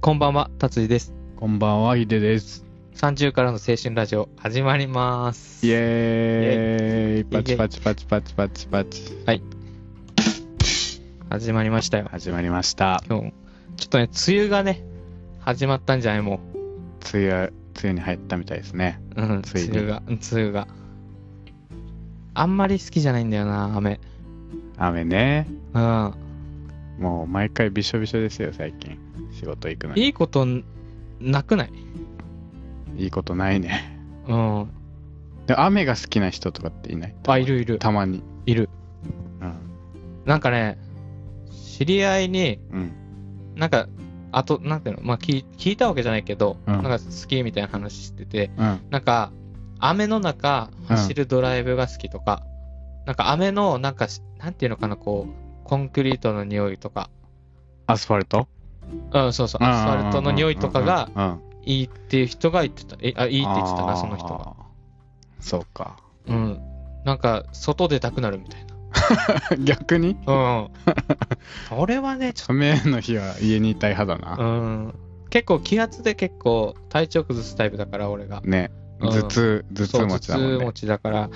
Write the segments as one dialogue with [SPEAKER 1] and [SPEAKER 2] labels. [SPEAKER 1] こんばんは、達治です。
[SPEAKER 2] こんばんは、ヒデです。
[SPEAKER 1] 30からの青春ラジオ、始まります。
[SPEAKER 2] イエーイパチパチパチパチパチパチ。
[SPEAKER 1] 始まりましたよ。
[SPEAKER 2] 始まりました。
[SPEAKER 1] 今日、ちょっとね、梅雨がね、始まったんじゃないも
[SPEAKER 2] 梅雨、梅雨に入ったみたいですね。
[SPEAKER 1] う。うん、梅
[SPEAKER 2] ついに
[SPEAKER 1] 雨が、うん梅雨が。あんまり好きじゃないんだよな、雨。
[SPEAKER 2] 雨ね。
[SPEAKER 1] うん。
[SPEAKER 2] もう毎回びしょびしょですよ、最近。仕事行くのに。
[SPEAKER 1] いいことん、なくない
[SPEAKER 2] いいことないね。
[SPEAKER 1] うん。
[SPEAKER 2] で雨が好きな人とかっていない
[SPEAKER 1] あ、いるいる。
[SPEAKER 2] たまに。
[SPEAKER 1] いる。
[SPEAKER 2] うん。
[SPEAKER 1] なんかね、知り合いに、
[SPEAKER 2] うん。
[SPEAKER 1] なんか、あと、なんていうの、まあ聞い、聞いたわけじゃないけど、
[SPEAKER 2] うん
[SPEAKER 1] なんか好きみたいな話してて、
[SPEAKER 2] うん。
[SPEAKER 1] なんか、雨の中走るドライブが好きとか、なんか雨の、なんかし、なんていうのかな、こう、コンクリートの匂いとか、
[SPEAKER 2] アスファルト
[SPEAKER 1] うん、そうそう、アスファルトの匂いとかが
[SPEAKER 2] うんうんうん。
[SPEAKER 1] いいっていう人が言ってた。え、あ、いいって言ってたな、その人が。
[SPEAKER 2] あー。そうか。
[SPEAKER 1] うん。なんか、外出たくなるみたい
[SPEAKER 2] 逆に
[SPEAKER 1] な。うん。それはね、ちょっ
[SPEAKER 2] 雨の日は家にいたい派だ
[SPEAKER 1] と、う
[SPEAKER 2] な。
[SPEAKER 1] ん。結構気圧で結構体調崩すタイプだから、俺が。
[SPEAKER 2] ね。
[SPEAKER 1] うん
[SPEAKER 2] 頭痛、頭
[SPEAKER 1] そ
[SPEAKER 2] 痛
[SPEAKER 1] う頭
[SPEAKER 2] 持ちだもん
[SPEAKER 1] 痛
[SPEAKER 2] ね
[SPEAKER 1] 持。ちだから、
[SPEAKER 2] う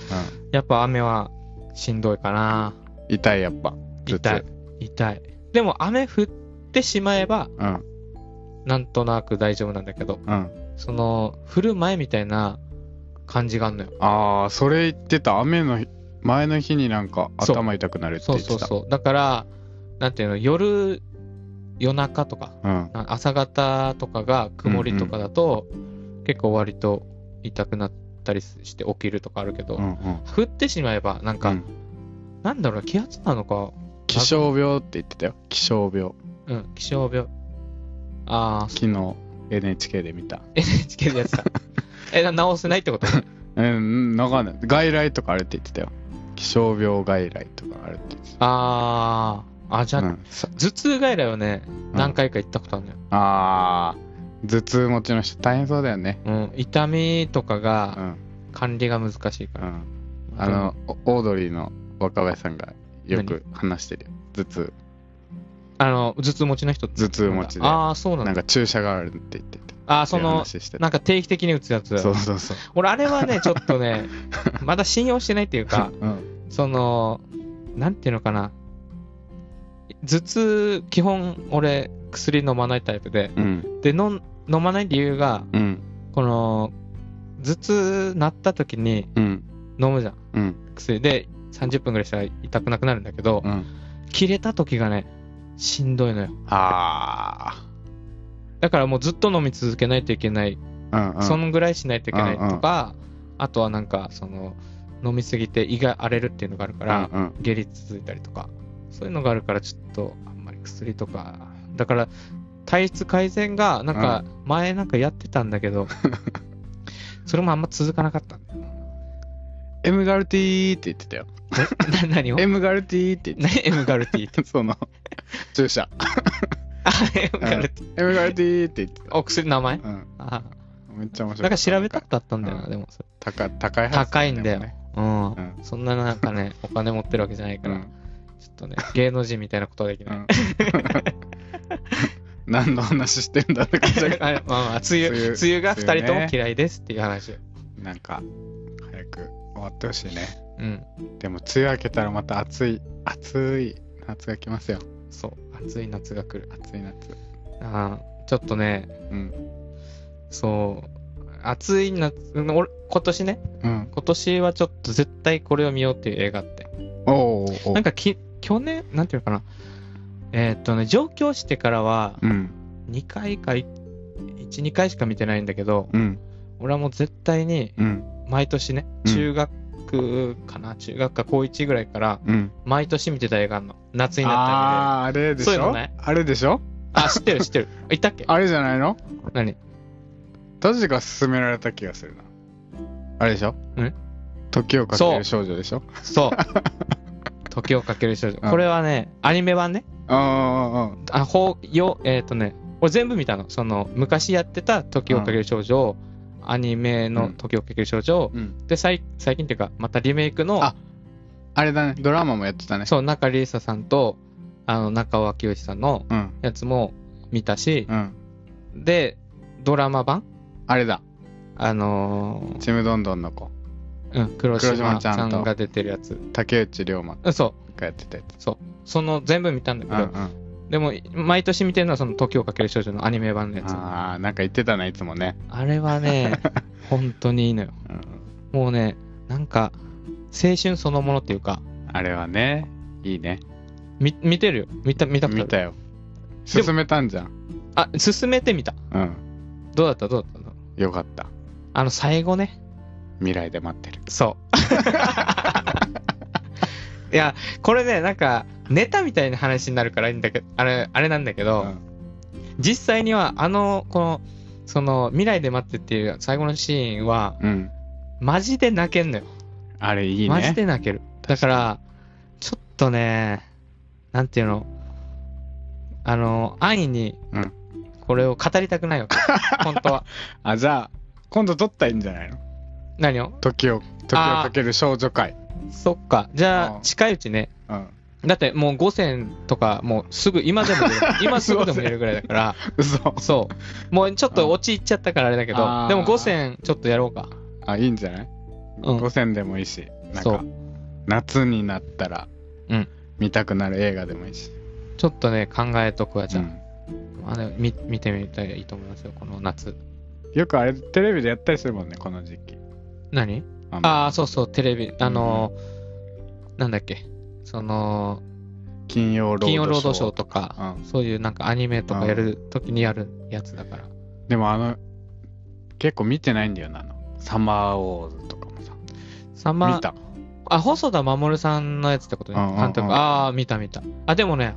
[SPEAKER 1] やっぱ雨はしんどいかな。
[SPEAKER 2] ん。痛い、やっぱ。頭
[SPEAKER 1] 痛い
[SPEAKER 2] 痛。。
[SPEAKER 1] 痛い。でも雨降ってしまえば、
[SPEAKER 2] うん。
[SPEAKER 1] なんとなく大丈夫なんだけど、
[SPEAKER 2] うん。
[SPEAKER 1] その、降る前みたいな感じがあんのよ。
[SPEAKER 2] ああ、それ言ってた。雨の日前の日になんか
[SPEAKER 1] そう
[SPEAKER 2] 頭痛くなるって
[SPEAKER 1] そ
[SPEAKER 2] 言
[SPEAKER 1] う
[SPEAKER 2] って
[SPEAKER 1] そう
[SPEAKER 2] た。
[SPEAKER 1] そう。だから、なんていうの、夜、夜中とか、
[SPEAKER 2] うん。
[SPEAKER 1] な朝方とかが曇りとかだと、結構割と痛くなったりして起きるとかあるけど、
[SPEAKER 2] うんうん。
[SPEAKER 1] 降ってしまえば、なんか、
[SPEAKER 2] うん
[SPEAKER 1] なんだろう、気圧なのか、
[SPEAKER 2] 気象病って言ってたよ。気象病。
[SPEAKER 1] うん、気象病。あー、
[SPEAKER 2] 昨日 NHK で見た。
[SPEAKER 1] NHK でや ってた。え、な直せないってこと
[SPEAKER 2] うん、わかんない。外来とかあるって言ってたよ。気象病外来とかあるって言ってた。
[SPEAKER 1] あー、あ、じゃあ、
[SPEAKER 2] うん、さ
[SPEAKER 1] 頭痛外来はね、何回か行ったことあるのよ。
[SPEAKER 2] あー頭痛持ちの人大変そうだよね。
[SPEAKER 1] うん、痛みとか
[SPEAKER 2] う
[SPEAKER 1] が
[SPEAKER 2] ん。
[SPEAKER 1] 管理が難しいか
[SPEAKER 2] う
[SPEAKER 1] ら。
[SPEAKER 2] ん。あの、おオードリーの若林さんがよく話してるよ。頭痛。
[SPEAKER 1] あの、頭痛持ちの人
[SPEAKER 2] 頭痛持ちで
[SPEAKER 1] ああ、そうなんだ。
[SPEAKER 2] なんか注射があるって言ってた。
[SPEAKER 1] ああ、そ
[SPEAKER 2] っていう
[SPEAKER 1] の、
[SPEAKER 2] 話してた
[SPEAKER 1] なんか定期的に打つやつ。
[SPEAKER 2] そうそうそう。
[SPEAKER 1] 俺、あれは ね、ちょっとね、まだ信用してないっていうか、
[SPEAKER 2] うん。
[SPEAKER 1] その、なんていうのかな。頭痛、基本、俺、薬飲まないタイプで。
[SPEAKER 2] うん。
[SPEAKER 1] で、飲ん飲まない理由が、
[SPEAKER 2] うん。
[SPEAKER 1] この、頭痛なった時に
[SPEAKER 2] うん。
[SPEAKER 1] 飲むじゃん。
[SPEAKER 2] うん。
[SPEAKER 1] 薬で30分ぐらいしたら痛くなくなるんだけど、
[SPEAKER 2] うん。
[SPEAKER 1] 切れた時がね、しんどいのよ。
[SPEAKER 2] あ
[SPEAKER 1] だからもうずっと飲み続けないといけない、
[SPEAKER 2] あ。うん、うん。
[SPEAKER 1] そのぐらいしないといけないとか、あとはなんか、その、飲みすぎて胃が荒れるっていうのがあるから、
[SPEAKER 2] うん、うん。
[SPEAKER 1] 下痢続いたりとか、そういうのがあるから、ちょっと、あんまり薬とか、だから、体質改善が、なんか、前なんかやってたんだけ ど、それもあんま続かなかったんだよ
[SPEAKER 2] M ガルティーって言ってたよ。
[SPEAKER 1] な。何 を
[SPEAKER 2] M ガルティーって言っ
[SPEAKER 1] ね ?M ガルティーって。
[SPEAKER 2] て た。その、注射。
[SPEAKER 1] あ、M ガルティー。
[SPEAKER 2] M ガルティーって言ってた。
[SPEAKER 1] お薬の名前
[SPEAKER 2] うん。
[SPEAKER 1] あ
[SPEAKER 2] めっちゃ面白い。
[SPEAKER 1] なんか調べたくだったんだよな、でもそれ。
[SPEAKER 2] 高高い
[SPEAKER 1] 高いんだよ。うん。
[SPEAKER 2] うん
[SPEAKER 1] そんななんか ね、お金持ってるわけじゃない
[SPEAKER 2] で
[SPEAKER 1] か
[SPEAKER 2] も
[SPEAKER 1] ら、
[SPEAKER 2] ね。
[SPEAKER 1] ちょっとね、芸能人みたいなことはでき
[SPEAKER 2] うん。う
[SPEAKER 1] ない。
[SPEAKER 2] ん 何の話してんだって感じ だけ
[SPEAKER 1] あれまあまあ、梅雨、
[SPEAKER 2] 梅雨
[SPEAKER 1] 梅雨が
[SPEAKER 2] 梅雨
[SPEAKER 1] 二
[SPEAKER 2] ね
[SPEAKER 1] 人とも嫌いですっていう話。
[SPEAKER 2] ど。なんか、早く終わってほしいね。
[SPEAKER 1] うん。
[SPEAKER 2] でも、梅雨明けたらまた暑い、暑い夏が来ますよ。
[SPEAKER 1] そう。暑い夏が来る。
[SPEAKER 2] 暑い夏。
[SPEAKER 1] あーちょっとね、
[SPEAKER 2] うん。
[SPEAKER 1] そう。暑い夏、うん俺、今年ね、
[SPEAKER 2] うん。
[SPEAKER 1] 今年はちょっと絶対これを見ようっていう映画あって。
[SPEAKER 2] おうおうおう
[SPEAKER 1] なんかき、去年、なんていうのかな。えーっとね、上京してからは、
[SPEAKER 2] うん。
[SPEAKER 1] 2回か、1、2回しか見てないんだけど、
[SPEAKER 2] うん。
[SPEAKER 1] 俺はもう絶対に、
[SPEAKER 2] うん。
[SPEAKER 1] 毎年ね、
[SPEAKER 2] うん
[SPEAKER 1] 中学かな、中学か高1ぐらいから、
[SPEAKER 2] うん。
[SPEAKER 1] 毎年見てた映画あんの。夏になった
[SPEAKER 2] ああー、あれでし
[SPEAKER 1] そ
[SPEAKER 2] ょ
[SPEAKER 1] ういうのね
[SPEAKER 2] あれでしょ
[SPEAKER 1] らあ、知ってる知ってる。いたっけ
[SPEAKER 2] あれじゃないの
[SPEAKER 1] 何
[SPEAKER 2] タジが勧められた気がするな。あれでしょ
[SPEAKER 1] ん
[SPEAKER 2] 時をかける少女でしょ
[SPEAKER 1] そう。 時をかける少女。
[SPEAKER 2] うん
[SPEAKER 1] これはね、アニメ版ね。
[SPEAKER 2] あー
[SPEAKER 1] あ、ほう、よ、えっ、とね、俺全部見たの。その、昔やってた時をかける少女を、アニメの時をかける少女を
[SPEAKER 2] あー、うん。
[SPEAKER 1] で、最最近っていうか、またリメイクの、
[SPEAKER 2] ああれだね。ドラマもやってたね。
[SPEAKER 1] そう、中里依紗さんと、あの、中尾明義さんの
[SPEAKER 2] うん。
[SPEAKER 1] やつも見たし、
[SPEAKER 2] うん。
[SPEAKER 1] で、ドラマ版
[SPEAKER 2] あれだ。
[SPEAKER 1] あの
[SPEAKER 2] ちむどんどんの子。
[SPEAKER 1] ーうん、黒
[SPEAKER 2] 黒
[SPEAKER 1] 島
[SPEAKER 2] 島
[SPEAKER 1] ち
[SPEAKER 2] ちゃん
[SPEAKER 1] ゃ
[SPEAKER 2] と
[SPEAKER 1] んが出てるやつ。
[SPEAKER 2] 竹内涼真
[SPEAKER 1] うんそ
[SPEAKER 2] がやってたやつ。
[SPEAKER 1] う。その全部見たんだけ
[SPEAKER 2] うんう
[SPEAKER 1] ど、
[SPEAKER 2] ん。
[SPEAKER 1] でも、毎年見てるのはその時をかける少女のアニメ版のやつ。あ
[SPEAKER 2] ああ、なんか言ってたな、いつもね。
[SPEAKER 1] れは ね、本当にいいのよ。
[SPEAKER 2] うん。
[SPEAKER 1] もうね、なんか、青春そのものっていうか、
[SPEAKER 2] あれはね、いいね。
[SPEAKER 1] み見てるよ。見た、見たことあ
[SPEAKER 2] 見
[SPEAKER 1] る
[SPEAKER 2] たよ。
[SPEAKER 1] でも
[SPEAKER 2] 進めたんじゃん。
[SPEAKER 1] あ、進めてみた。
[SPEAKER 2] うん。
[SPEAKER 1] どうだったどうだった
[SPEAKER 2] よかった。
[SPEAKER 1] あの、最後ね。
[SPEAKER 2] 未来で待ってる。
[SPEAKER 1] そう。 いや、これね、なんか、ネタみたいな話になるからいいんだけど、あれ、あれなんだけど、
[SPEAKER 2] うん
[SPEAKER 1] 実際には、あの、この、その、未来で待ってっていう最後のシーンは、
[SPEAKER 2] うん。
[SPEAKER 1] マジで泣けんのよ。
[SPEAKER 2] あれいいね。
[SPEAKER 1] マジで泣ける。だから、ちょっとね、なんていうの、あの、安易に
[SPEAKER 2] うん、
[SPEAKER 1] これを語りたくないわ け。本当は。
[SPEAKER 2] あ、じゃあ、今度撮ったらいいんじゃないの
[SPEAKER 1] 何を
[SPEAKER 2] 時を、時を
[SPEAKER 1] あー
[SPEAKER 2] かける少女会。
[SPEAKER 1] そっか。じゃ
[SPEAKER 2] う
[SPEAKER 1] あ、
[SPEAKER 2] ん
[SPEAKER 1] 近いうちね。
[SPEAKER 2] うん。
[SPEAKER 1] だってもう5千とか、もうすぐ、今でも出る、 今すぐでも出るぐらいだから、
[SPEAKER 2] 嘘。
[SPEAKER 1] そう。もうちょっと落ちいっちゃったからあれだけど
[SPEAKER 2] あ、ー
[SPEAKER 1] でも5千ちょっとやろうか。
[SPEAKER 2] あ、いいんじゃない
[SPEAKER 1] うん
[SPEAKER 2] 五千でもいいし、なん
[SPEAKER 1] そ
[SPEAKER 2] か
[SPEAKER 1] う、
[SPEAKER 2] 夏になったら
[SPEAKER 1] うん、
[SPEAKER 2] 見たくなる映画でもいいし。
[SPEAKER 1] ちょっとね、考えとくわ、じゃ
[SPEAKER 2] う
[SPEAKER 1] あ。
[SPEAKER 2] ん
[SPEAKER 1] まあねみ見てみたらいいと思いますよ、この夏。
[SPEAKER 2] よくあれ、テレビでやったりするもんね、この時期。
[SPEAKER 1] 何
[SPEAKER 2] あの
[SPEAKER 1] ああ、そうそう、テレビ、あのー、なんだっけ、その、
[SPEAKER 2] 金曜ロードショー。
[SPEAKER 1] 金曜ロードショーとか、
[SPEAKER 2] うん
[SPEAKER 1] そういうなんかアニメとかやるときにやるやつだから。
[SPEAKER 2] でもあの、結構見てないんだよな、あの、サマーウォーズとかもさ。
[SPEAKER 1] さんま
[SPEAKER 2] 見た。
[SPEAKER 1] あ、細田守さんのやつってことね
[SPEAKER 2] うんうんう。ん
[SPEAKER 1] 監督。ああ、見た見た。あ、でもね、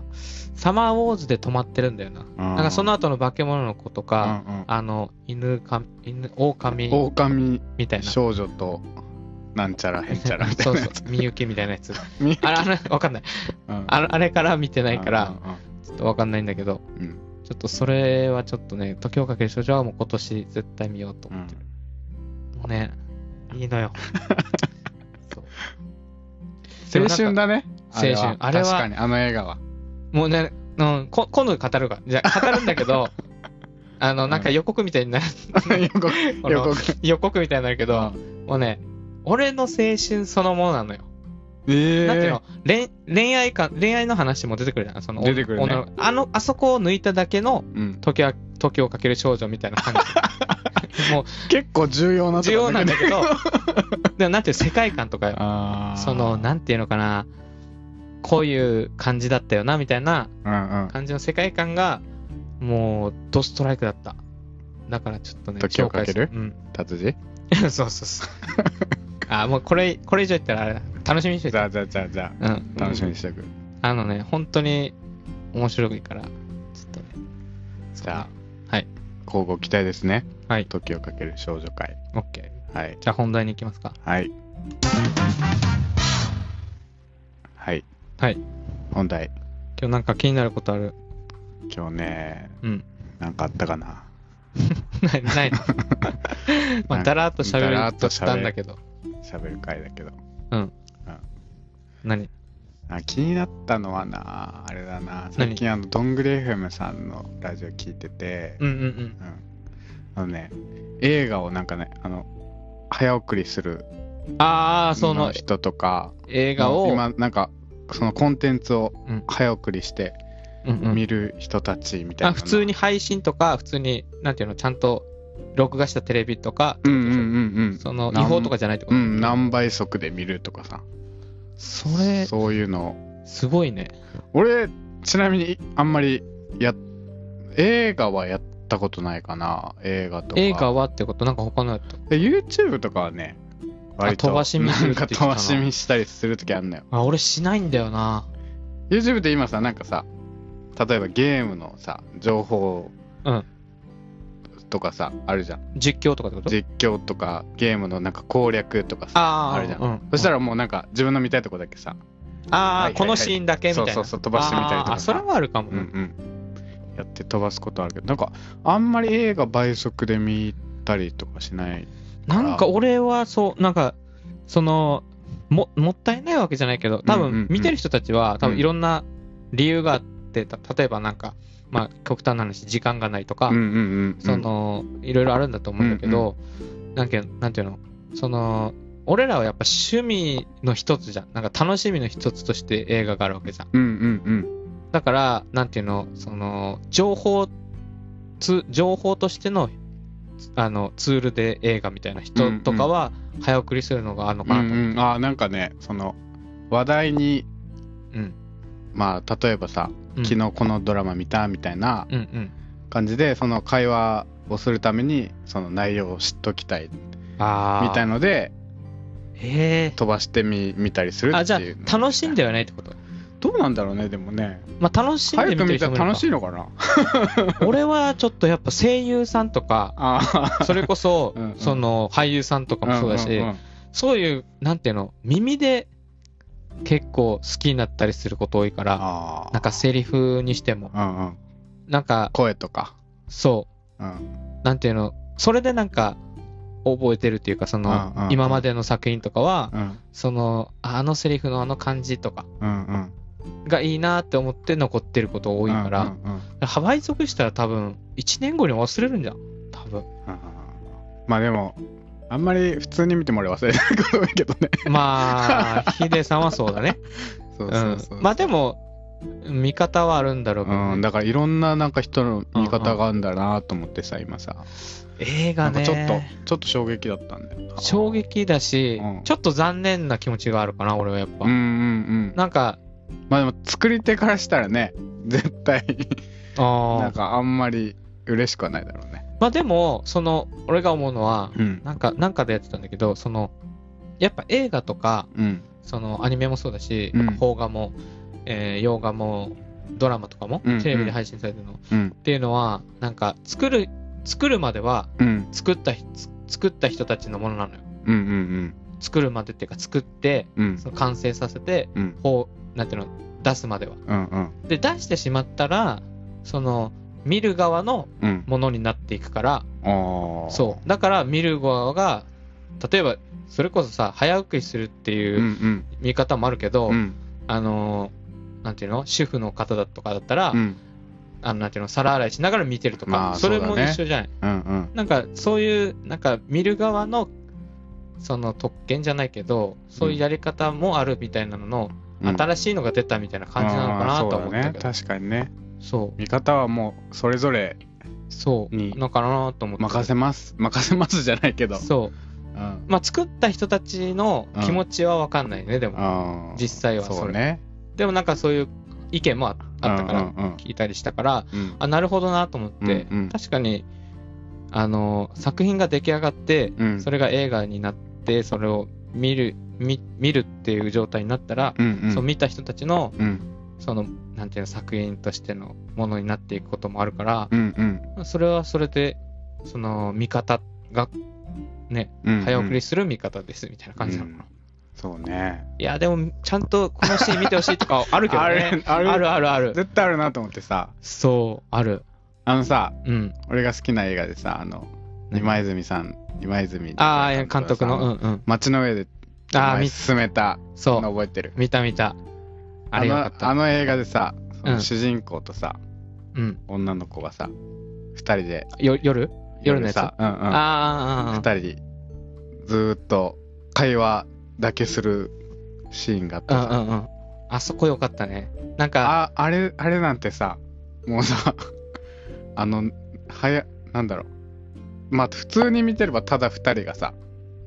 [SPEAKER 1] サマーウォーズで止まってるんだよな。
[SPEAKER 2] な
[SPEAKER 1] なんかその後の化け物の子と
[SPEAKER 2] う
[SPEAKER 1] か、
[SPEAKER 2] ん
[SPEAKER 1] あの、犬か、犬、
[SPEAKER 2] うん。
[SPEAKER 1] 狼
[SPEAKER 2] 狼
[SPEAKER 1] みたい な。
[SPEAKER 2] 少女と、なんちゃらへんちゃらみた い
[SPEAKER 1] そう
[SPEAKER 2] な
[SPEAKER 1] そ
[SPEAKER 2] や
[SPEAKER 1] う、みゆきみたいなやつ。
[SPEAKER 2] つ。見
[SPEAKER 1] あれ、あれわかんない。
[SPEAKER 2] うん
[SPEAKER 1] あれあれから見てないから、
[SPEAKER 2] う
[SPEAKER 1] ちょっとわかんないんだけど、
[SPEAKER 2] んうんうん。
[SPEAKER 1] ちょっとそれはちょっとね、時をかける少女はもう今年絶対見ようと
[SPEAKER 2] う
[SPEAKER 1] 思っ
[SPEAKER 2] ん
[SPEAKER 1] てる。もうね、いいのよ。そうでもな
[SPEAKER 2] 青
[SPEAKER 1] んか
[SPEAKER 2] 春だね。
[SPEAKER 1] 青春あれは
[SPEAKER 2] 確かに、あの映画は。
[SPEAKER 1] もうね、うん、こ今度語るか。じゃあ語るんだけ ど、あの、なんか予告みたいになる、
[SPEAKER 2] 予告、
[SPEAKER 1] こ
[SPEAKER 2] 予
[SPEAKER 1] の
[SPEAKER 2] 告。
[SPEAKER 1] 予告みたいになるけど、もうね、俺の青春そのものなのよ。
[SPEAKER 2] ええ
[SPEAKER 1] なんていうの恋恋愛か、恋愛の話も出てくるじゃん。その
[SPEAKER 2] 出てくるね
[SPEAKER 1] 女の子あの、あそこを抜いただけの
[SPEAKER 2] うん、
[SPEAKER 1] 時は、時をかける少女みたいな感 じ。も
[SPEAKER 2] 結構重要な
[SPEAKER 1] う、
[SPEAKER 2] と
[SPEAKER 1] 重
[SPEAKER 2] こ
[SPEAKER 1] 要なん
[SPEAKER 2] ね
[SPEAKER 1] だけど、 でもなんていう世界観とかよ
[SPEAKER 2] あー
[SPEAKER 1] その、なんていうのかな、こういう感じだったよな、みたいな
[SPEAKER 2] うんうん
[SPEAKER 1] 感じの世界観が、もう、ドストライクだった。だからちょっとね、
[SPEAKER 2] 時をかけ
[SPEAKER 1] 紹介し
[SPEAKER 2] る達人
[SPEAKER 1] うん。 そうそうそう。あ、もうこれ、これ以上言ったらあれだ楽しみにして
[SPEAKER 2] じ
[SPEAKER 1] て
[SPEAKER 2] ゃ。あじゃあじゃあじゃ
[SPEAKER 1] うん。
[SPEAKER 2] あ楽しみにしておく、
[SPEAKER 1] あのね、本当に面白いから、ちょっとね。
[SPEAKER 2] じゃあ
[SPEAKER 1] はい
[SPEAKER 2] 交互期待ですね
[SPEAKER 1] はい
[SPEAKER 2] 時をかける少女会
[SPEAKER 1] オッケー。
[SPEAKER 2] はい
[SPEAKER 1] じゃあ本題に行きますか。
[SPEAKER 2] はいはい
[SPEAKER 1] はい
[SPEAKER 2] 本題
[SPEAKER 1] 今日なんか気になることある。
[SPEAKER 2] 今日ね
[SPEAKER 1] うん。
[SPEAKER 2] なんかあったかな
[SPEAKER 1] ない、ないの。まあ、だらっと喋
[SPEAKER 2] だら
[SPEAKER 1] る
[SPEAKER 2] っ
[SPEAKER 1] と
[SPEAKER 2] と喋る
[SPEAKER 1] したんだけど。
[SPEAKER 2] 喋る会だけど
[SPEAKER 1] 何
[SPEAKER 2] あ気になったのはなあれだな
[SPEAKER 1] 何
[SPEAKER 2] 最近あのどんぐり FM さんのラジオ聞いてて
[SPEAKER 1] うんうんうん。
[SPEAKER 2] うんあのね、映画をなんかね、あの、早送りする
[SPEAKER 1] ああ、そ
[SPEAKER 2] の
[SPEAKER 1] の
[SPEAKER 2] 人とか、
[SPEAKER 1] 映画を。
[SPEAKER 2] 今なんか、そのコンテンツを
[SPEAKER 1] うん
[SPEAKER 2] 早送りして
[SPEAKER 1] うんうん
[SPEAKER 2] 見る人たちみたいな
[SPEAKER 1] あ
[SPEAKER 2] の。
[SPEAKER 1] 普通に配信とか、普通に、なんていうの、ちゃんと録画したテレビとか、
[SPEAKER 2] うんうんうんうん。
[SPEAKER 1] その違
[SPEAKER 2] なん
[SPEAKER 1] 法とかじゃないってこと、
[SPEAKER 2] うん、何倍速で見るとかさ、
[SPEAKER 1] それ、
[SPEAKER 2] そういうの。
[SPEAKER 1] すごいね。
[SPEAKER 2] 俺、ちなみにあんまりや、映画はやったことないかな、映画とか。
[SPEAKER 1] 映画はってこと、なんか他のやつ。
[SPEAKER 2] で YouTube とかはね、割と
[SPEAKER 1] 飛ばし見する
[SPEAKER 2] な
[SPEAKER 1] って言っ
[SPEAKER 2] んか
[SPEAKER 1] てた
[SPEAKER 2] 飛
[SPEAKER 1] な
[SPEAKER 2] ばし見したりするときあんのよ。
[SPEAKER 1] あ、俺しないんだよな。
[SPEAKER 2] YouTube って今さなんかさ例えばゲームのさ情報
[SPEAKER 1] うん
[SPEAKER 2] とかさ、あるじゃん
[SPEAKER 1] 実況とかってこと
[SPEAKER 2] 実況とかゲームのなんか攻略とかさ
[SPEAKER 1] ああ、
[SPEAKER 2] あるじゃん
[SPEAKER 1] うん、
[SPEAKER 2] そした
[SPEAKER 1] ら、
[SPEAKER 2] らもうなんか自分の見たいとこだけさ、
[SPEAKER 1] あ
[SPEAKER 2] は
[SPEAKER 1] あ
[SPEAKER 2] いはいは、い
[SPEAKER 1] このシーンだけみたいな。
[SPEAKER 2] そうそうそう飛ばしてみたりとか
[SPEAKER 1] あーあ、それはあるかも。
[SPEAKER 2] うんうんやって飛ばすことあるけどなんかあんまり映画倍速で見たりとかしない
[SPEAKER 1] なんか俺は、そう、なんか、その、も、もったいないわけじゃないけど、多
[SPEAKER 2] うんうんう
[SPEAKER 1] 分
[SPEAKER 2] ん、
[SPEAKER 1] 見てる人たちは、多
[SPEAKER 2] う
[SPEAKER 1] 分
[SPEAKER 2] ん
[SPEAKER 1] いろんな理由があっってた例えばなんか、まあ、極端な話時間がないとか、
[SPEAKER 2] うんうんうん。
[SPEAKER 1] そ、のいろいろあるんだと思うんだけど、なんけなんていうのその俺らはやっぱ趣味の一つじゃんなんか楽しみの一つとして映画があるわけじゃん
[SPEAKER 2] うんうん
[SPEAKER 1] だからなんていうのその情報つ情報としてのあのツールで映画みたいな人とかは早送りするのがあるの
[SPEAKER 2] うん。う
[SPEAKER 1] かなと思う、
[SPEAKER 2] んうん。ああ、なんかね、その、話題に、
[SPEAKER 1] うん
[SPEAKER 2] まあ、例えばさ、
[SPEAKER 1] うん
[SPEAKER 2] 昨日このドラマ見たみたいな
[SPEAKER 1] うんうん
[SPEAKER 2] 感じで、その会話をするために、その内容を知っときたいみ
[SPEAKER 1] ああ
[SPEAKER 2] たいので、
[SPEAKER 1] へえ
[SPEAKER 2] 飛ばしてみ見たりする
[SPEAKER 1] あ
[SPEAKER 2] って
[SPEAKER 1] じゃ
[SPEAKER 2] いう。
[SPEAKER 1] あ楽しんではないってこと
[SPEAKER 2] どうなんだろうね、でもね。
[SPEAKER 1] まあ楽しんで
[SPEAKER 2] 早
[SPEAKER 1] みて
[SPEAKER 2] く
[SPEAKER 1] る
[SPEAKER 2] 見た
[SPEAKER 1] 人もい
[SPEAKER 2] ら
[SPEAKER 1] る
[SPEAKER 2] 楽しい
[SPEAKER 1] い
[SPEAKER 2] のかな
[SPEAKER 1] 俺はちょっとやっぱ声優さんとか
[SPEAKER 2] ああ。
[SPEAKER 1] それこそ
[SPEAKER 2] うんうん
[SPEAKER 1] その俳優さんとかもそうだし、
[SPEAKER 2] んんん
[SPEAKER 1] そういうなんていうの耳で結構好きになったりすること多いから
[SPEAKER 2] あ
[SPEAKER 1] なんかセリフにしても
[SPEAKER 2] あ。うんうん。
[SPEAKER 1] なんか
[SPEAKER 2] 声とか。
[SPEAKER 1] そ
[SPEAKER 2] うん。
[SPEAKER 1] うなんていうのそれでなんか覚えてるっていうかその
[SPEAKER 2] うんうんうん
[SPEAKER 1] 今までの作品とかは
[SPEAKER 2] うん。
[SPEAKER 1] そのあのセリフのあの感じとか
[SPEAKER 2] うんうん。
[SPEAKER 1] がいいなって思って残ってること多いか
[SPEAKER 2] うん
[SPEAKER 1] ら
[SPEAKER 2] うんうん
[SPEAKER 1] ハワイ族したら多分1年後に忘れるんじゃん多分
[SPEAKER 2] うんまあでも、あんまり普通に見ても俺忘れないこと多いけどね。
[SPEAKER 1] ま あヒデさんはそうだね
[SPEAKER 2] そううそうそう。
[SPEAKER 1] んまあでも見方はあるんだろうけどね、
[SPEAKER 2] うん、だからいろんななんか人の見方があるんだなと思ってさ、今さ。
[SPEAKER 1] 映画
[SPEAKER 2] なんか
[SPEAKER 1] ね
[SPEAKER 2] ちょっと、ちょっと衝撃だったんだよ。
[SPEAKER 1] 衝撃だし、
[SPEAKER 2] うん
[SPEAKER 1] ちょっと残念な気持ちがあるかな俺はやっぱ、
[SPEAKER 2] うんうんうん。
[SPEAKER 1] なんか
[SPEAKER 2] まあでも作り手からしたらね、絶対、
[SPEAKER 1] あ
[SPEAKER 2] なん
[SPEAKER 1] ー
[SPEAKER 2] かあんまり嬉しくはないだろうね。
[SPEAKER 1] まあでもその俺が思うのは
[SPEAKER 2] うん。
[SPEAKER 1] なんかなんかでやってたんだけどそのやっぱ映画とか
[SPEAKER 2] うん。
[SPEAKER 1] そのアニメもそうだし、
[SPEAKER 2] うん
[SPEAKER 1] やっぱ邦画も、えー洋画もドラマとかも、
[SPEAKER 2] うんうん
[SPEAKER 1] テレビで配信されてるのっ
[SPEAKER 2] うん。
[SPEAKER 1] ていうのはなんか作る作るまでは
[SPEAKER 2] うん。
[SPEAKER 1] 作ったひつ作った人たちのものなのよ
[SPEAKER 2] うんうん
[SPEAKER 1] 作るまでっていうか作って
[SPEAKER 2] うん。うん。
[SPEAKER 1] その完成させて、
[SPEAKER 2] うん
[SPEAKER 1] こうなんていうの出すまでは
[SPEAKER 2] うんうん。
[SPEAKER 1] で出してしまったらその見る側の
[SPEAKER 2] うん。
[SPEAKER 1] ものになっていくから
[SPEAKER 2] ああ。
[SPEAKER 1] そうだから見る側が例えばそれこそさ早送りするって
[SPEAKER 2] う
[SPEAKER 1] いうん見方もあるけど、
[SPEAKER 2] うん。うん。
[SPEAKER 1] あのーなんていうの主婦の方だとかだったら、
[SPEAKER 2] うん。
[SPEAKER 1] あのなんていうの皿洗いしながら見てるとか、
[SPEAKER 2] まあ
[SPEAKER 1] それ
[SPEAKER 2] そ
[SPEAKER 1] も
[SPEAKER 2] うだね
[SPEAKER 1] 一緒じゃない
[SPEAKER 2] うんうん。
[SPEAKER 1] なんかそういうなんか見る側のその特権じゃないけどそういうやり方もあるみたいなのの、
[SPEAKER 2] うん
[SPEAKER 1] 新しいのが出たみたいな感じなのかなとは思った
[SPEAKER 2] あ
[SPEAKER 1] け
[SPEAKER 2] ーそう
[SPEAKER 1] ど、
[SPEAKER 2] だね確かにね
[SPEAKER 1] そう
[SPEAKER 2] 見方はもうそれぞれ
[SPEAKER 1] そう
[SPEAKER 2] に
[SPEAKER 1] のかなと思って
[SPEAKER 2] 任せます任せますじゃないけど
[SPEAKER 1] そう
[SPEAKER 2] うん
[SPEAKER 1] まあ作った人たちの気持ちは分かんないね、でも
[SPEAKER 2] あー
[SPEAKER 1] 実際はそれ
[SPEAKER 2] そうね
[SPEAKER 1] でもなんかそういう意見もああったから、
[SPEAKER 2] うんうん
[SPEAKER 1] 聞いたりしたから
[SPEAKER 2] うんうん
[SPEAKER 1] あなるほどなと思って、
[SPEAKER 2] うんうん
[SPEAKER 1] 確かにあの作品が出来上がって、
[SPEAKER 2] うん
[SPEAKER 1] それが映画になってそれを見る見見るっていう状態になったら、
[SPEAKER 2] うんうん
[SPEAKER 1] そう見た人たちの
[SPEAKER 2] うん
[SPEAKER 1] そのなんていうの作品としてのものになっていくこともあるから、
[SPEAKER 2] うんうん
[SPEAKER 1] それはそれでその見方がね
[SPEAKER 2] うん
[SPEAKER 1] 早送り
[SPEAKER 2] し
[SPEAKER 1] する見方ですみたいな感じなのかな、
[SPEAKER 2] そうね
[SPEAKER 1] いやでもちゃんとこのシーン見てほしいとかあるけどね
[SPEAKER 2] あ
[SPEAKER 1] あ
[SPEAKER 2] る
[SPEAKER 1] るあるある
[SPEAKER 2] 絶対あるなと思ってさ
[SPEAKER 1] そうある
[SPEAKER 2] あのさ
[SPEAKER 1] うん
[SPEAKER 2] 俺が好きな映画でさあの
[SPEAKER 1] 何
[SPEAKER 2] 今泉さん今泉
[SPEAKER 1] ああ監督のうんうん
[SPEAKER 2] 街の上で
[SPEAKER 1] ああ
[SPEAKER 2] 前
[SPEAKER 1] 見
[SPEAKER 2] 進めた
[SPEAKER 1] そ
[SPEAKER 2] の
[SPEAKER 1] う
[SPEAKER 2] 覚えてる
[SPEAKER 1] 見た見たあれよかっ
[SPEAKER 2] の
[SPEAKER 1] た
[SPEAKER 2] あの映画でさその
[SPEAKER 1] うん
[SPEAKER 2] 主人公とさ
[SPEAKER 1] うん
[SPEAKER 2] 女の子がさ2人で
[SPEAKER 1] よ夜夜のやつ
[SPEAKER 2] さ、うんうん、2
[SPEAKER 1] ああ
[SPEAKER 2] 人ずーっと会話だけするシーンがあって
[SPEAKER 1] うんう
[SPEAKER 2] さ
[SPEAKER 1] んうんあそこよかったねなんか
[SPEAKER 2] ああれあれなんてさもうさ あのはやなんだろうまあ普通に見てればただ2人がさ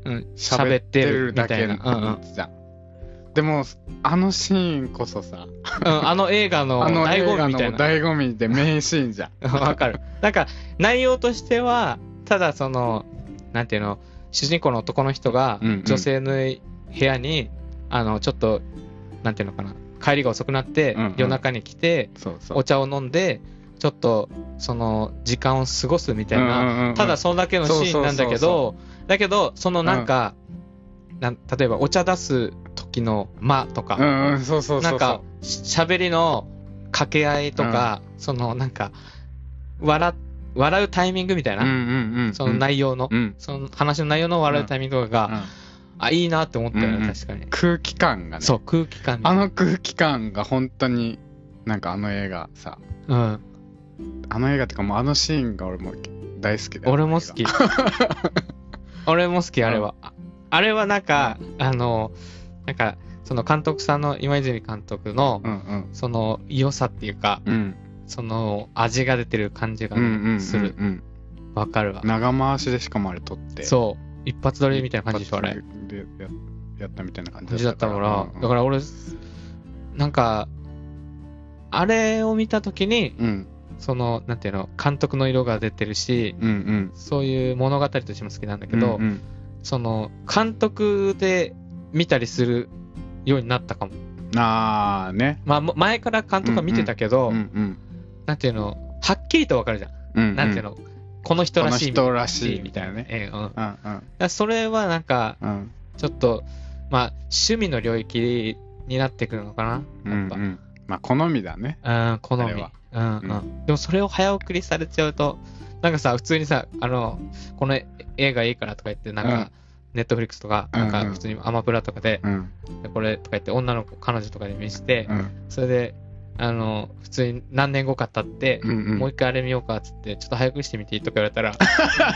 [SPEAKER 1] うん
[SPEAKER 2] 喋ってるだけ
[SPEAKER 1] み
[SPEAKER 2] の
[SPEAKER 1] たいなうんうん
[SPEAKER 2] やつじゃん、でもあのシーンこそさ
[SPEAKER 1] うんあの映画の
[SPEAKER 2] あの
[SPEAKER 1] 醍
[SPEAKER 2] 映
[SPEAKER 1] 醐
[SPEAKER 2] 画
[SPEAKER 1] 味み
[SPEAKER 2] の
[SPEAKER 1] たいな
[SPEAKER 2] 醍醐味で名シーン じゃん
[SPEAKER 1] わかる。なんか、内容としては、ただその、なんていうの、主人公の男の人が
[SPEAKER 2] うんうん、
[SPEAKER 1] 女性の部屋に、あの、ちょっと、なんていうのかな、帰りが遅くなって
[SPEAKER 2] うんうん、
[SPEAKER 1] 夜中に来て、
[SPEAKER 2] そうそう
[SPEAKER 1] お茶を飲んで、ちょっと、その、時間を過ごすみたいな、ただ
[SPEAKER 2] そ
[SPEAKER 1] そんだけのシーンなんだけ
[SPEAKER 2] そ
[SPEAKER 1] ど、だけど、そのなんか、なん例えばお茶出す時の間とか
[SPEAKER 2] う、んうんそうそうそうそう
[SPEAKER 1] なんかしゃべりの掛け合いとか、そのなんか笑笑うタイミングみたい
[SPEAKER 2] うんう
[SPEAKER 1] な、
[SPEAKER 2] んうん
[SPEAKER 1] その内容の、
[SPEAKER 2] うん
[SPEAKER 1] その話の内容の笑うタイミングとかが、
[SPEAKER 2] うん
[SPEAKER 1] あいいなって思ったよね、
[SPEAKER 2] うんうん
[SPEAKER 1] 確かに、
[SPEAKER 2] 空気感がね
[SPEAKER 1] そう空気感
[SPEAKER 2] あの空気感が本当になんかあの映画さ、
[SPEAKER 1] うん。
[SPEAKER 2] あの映画ってかもうあのシーンが俺も大好きだよ
[SPEAKER 1] 俺も好 き。俺も好き、あれは。ああれはなんか、あの、なんか、その監督さんの、今泉監督の
[SPEAKER 2] う、ん
[SPEAKER 1] その良さっていうか、
[SPEAKER 2] うん。うん。
[SPEAKER 1] その味が出てる感じが
[SPEAKER 2] うんうんうんうん
[SPEAKER 1] する。わかるわ。
[SPEAKER 2] 長回しでしかもあれ撮って。う。
[SPEAKER 1] そう。一発撮りみたいな感じでしょ、あれ。。
[SPEAKER 2] でややったみたいな感
[SPEAKER 1] 感
[SPEAKER 2] じ
[SPEAKER 1] じだったから、だ
[SPEAKER 2] ら。
[SPEAKER 1] から俺、なんか、あれを見たときに、
[SPEAKER 2] うん
[SPEAKER 1] その、なんていうの、監督の色が出てるし、
[SPEAKER 2] うんうん。
[SPEAKER 1] そういう物語としても好きなんだけど、
[SPEAKER 2] うんうん
[SPEAKER 1] その、監督で見たりするようになったかも。
[SPEAKER 2] ああね。
[SPEAKER 1] まあ、も前から監督は見てたけど、
[SPEAKER 2] うんうん
[SPEAKER 1] なんていうの、はっきりとわかるじゃん。
[SPEAKER 2] うんうん。
[SPEAKER 1] なんていうの、この人
[SPEAKER 2] こ
[SPEAKER 1] ら
[SPEAKER 2] の
[SPEAKER 1] しい
[SPEAKER 2] 人らしいみたいなね。
[SPEAKER 1] ええうんだか
[SPEAKER 2] うんうん
[SPEAKER 1] らそれはなんか、
[SPEAKER 2] うん
[SPEAKER 1] ちょっと、まあ、趣味の領域になってくるのかな。
[SPEAKER 2] う
[SPEAKER 1] やっ
[SPEAKER 2] ん
[SPEAKER 1] ぱ
[SPEAKER 2] うん。まあ好みだね。
[SPEAKER 1] うん、好み。
[SPEAKER 2] あれ
[SPEAKER 1] うん
[SPEAKER 2] は
[SPEAKER 1] うん。でもそれを早送りされちゃうと、なんかさ、普通にさ、あの、この映画いいからとか言って、なん
[SPEAKER 2] うん
[SPEAKER 1] か、ネットフリックスとか、
[SPEAKER 2] うんう
[SPEAKER 1] なんんか普通にアマプラとかで、
[SPEAKER 2] うん
[SPEAKER 1] これとか言って、女の子、彼女とかに見せて
[SPEAKER 2] う、ん
[SPEAKER 1] それで、あの、普通に何年後か経って
[SPEAKER 2] う、んうん。
[SPEAKER 1] もう一回あれ見ようかっつって、ちょっと早くしてみていいとか言われ たら、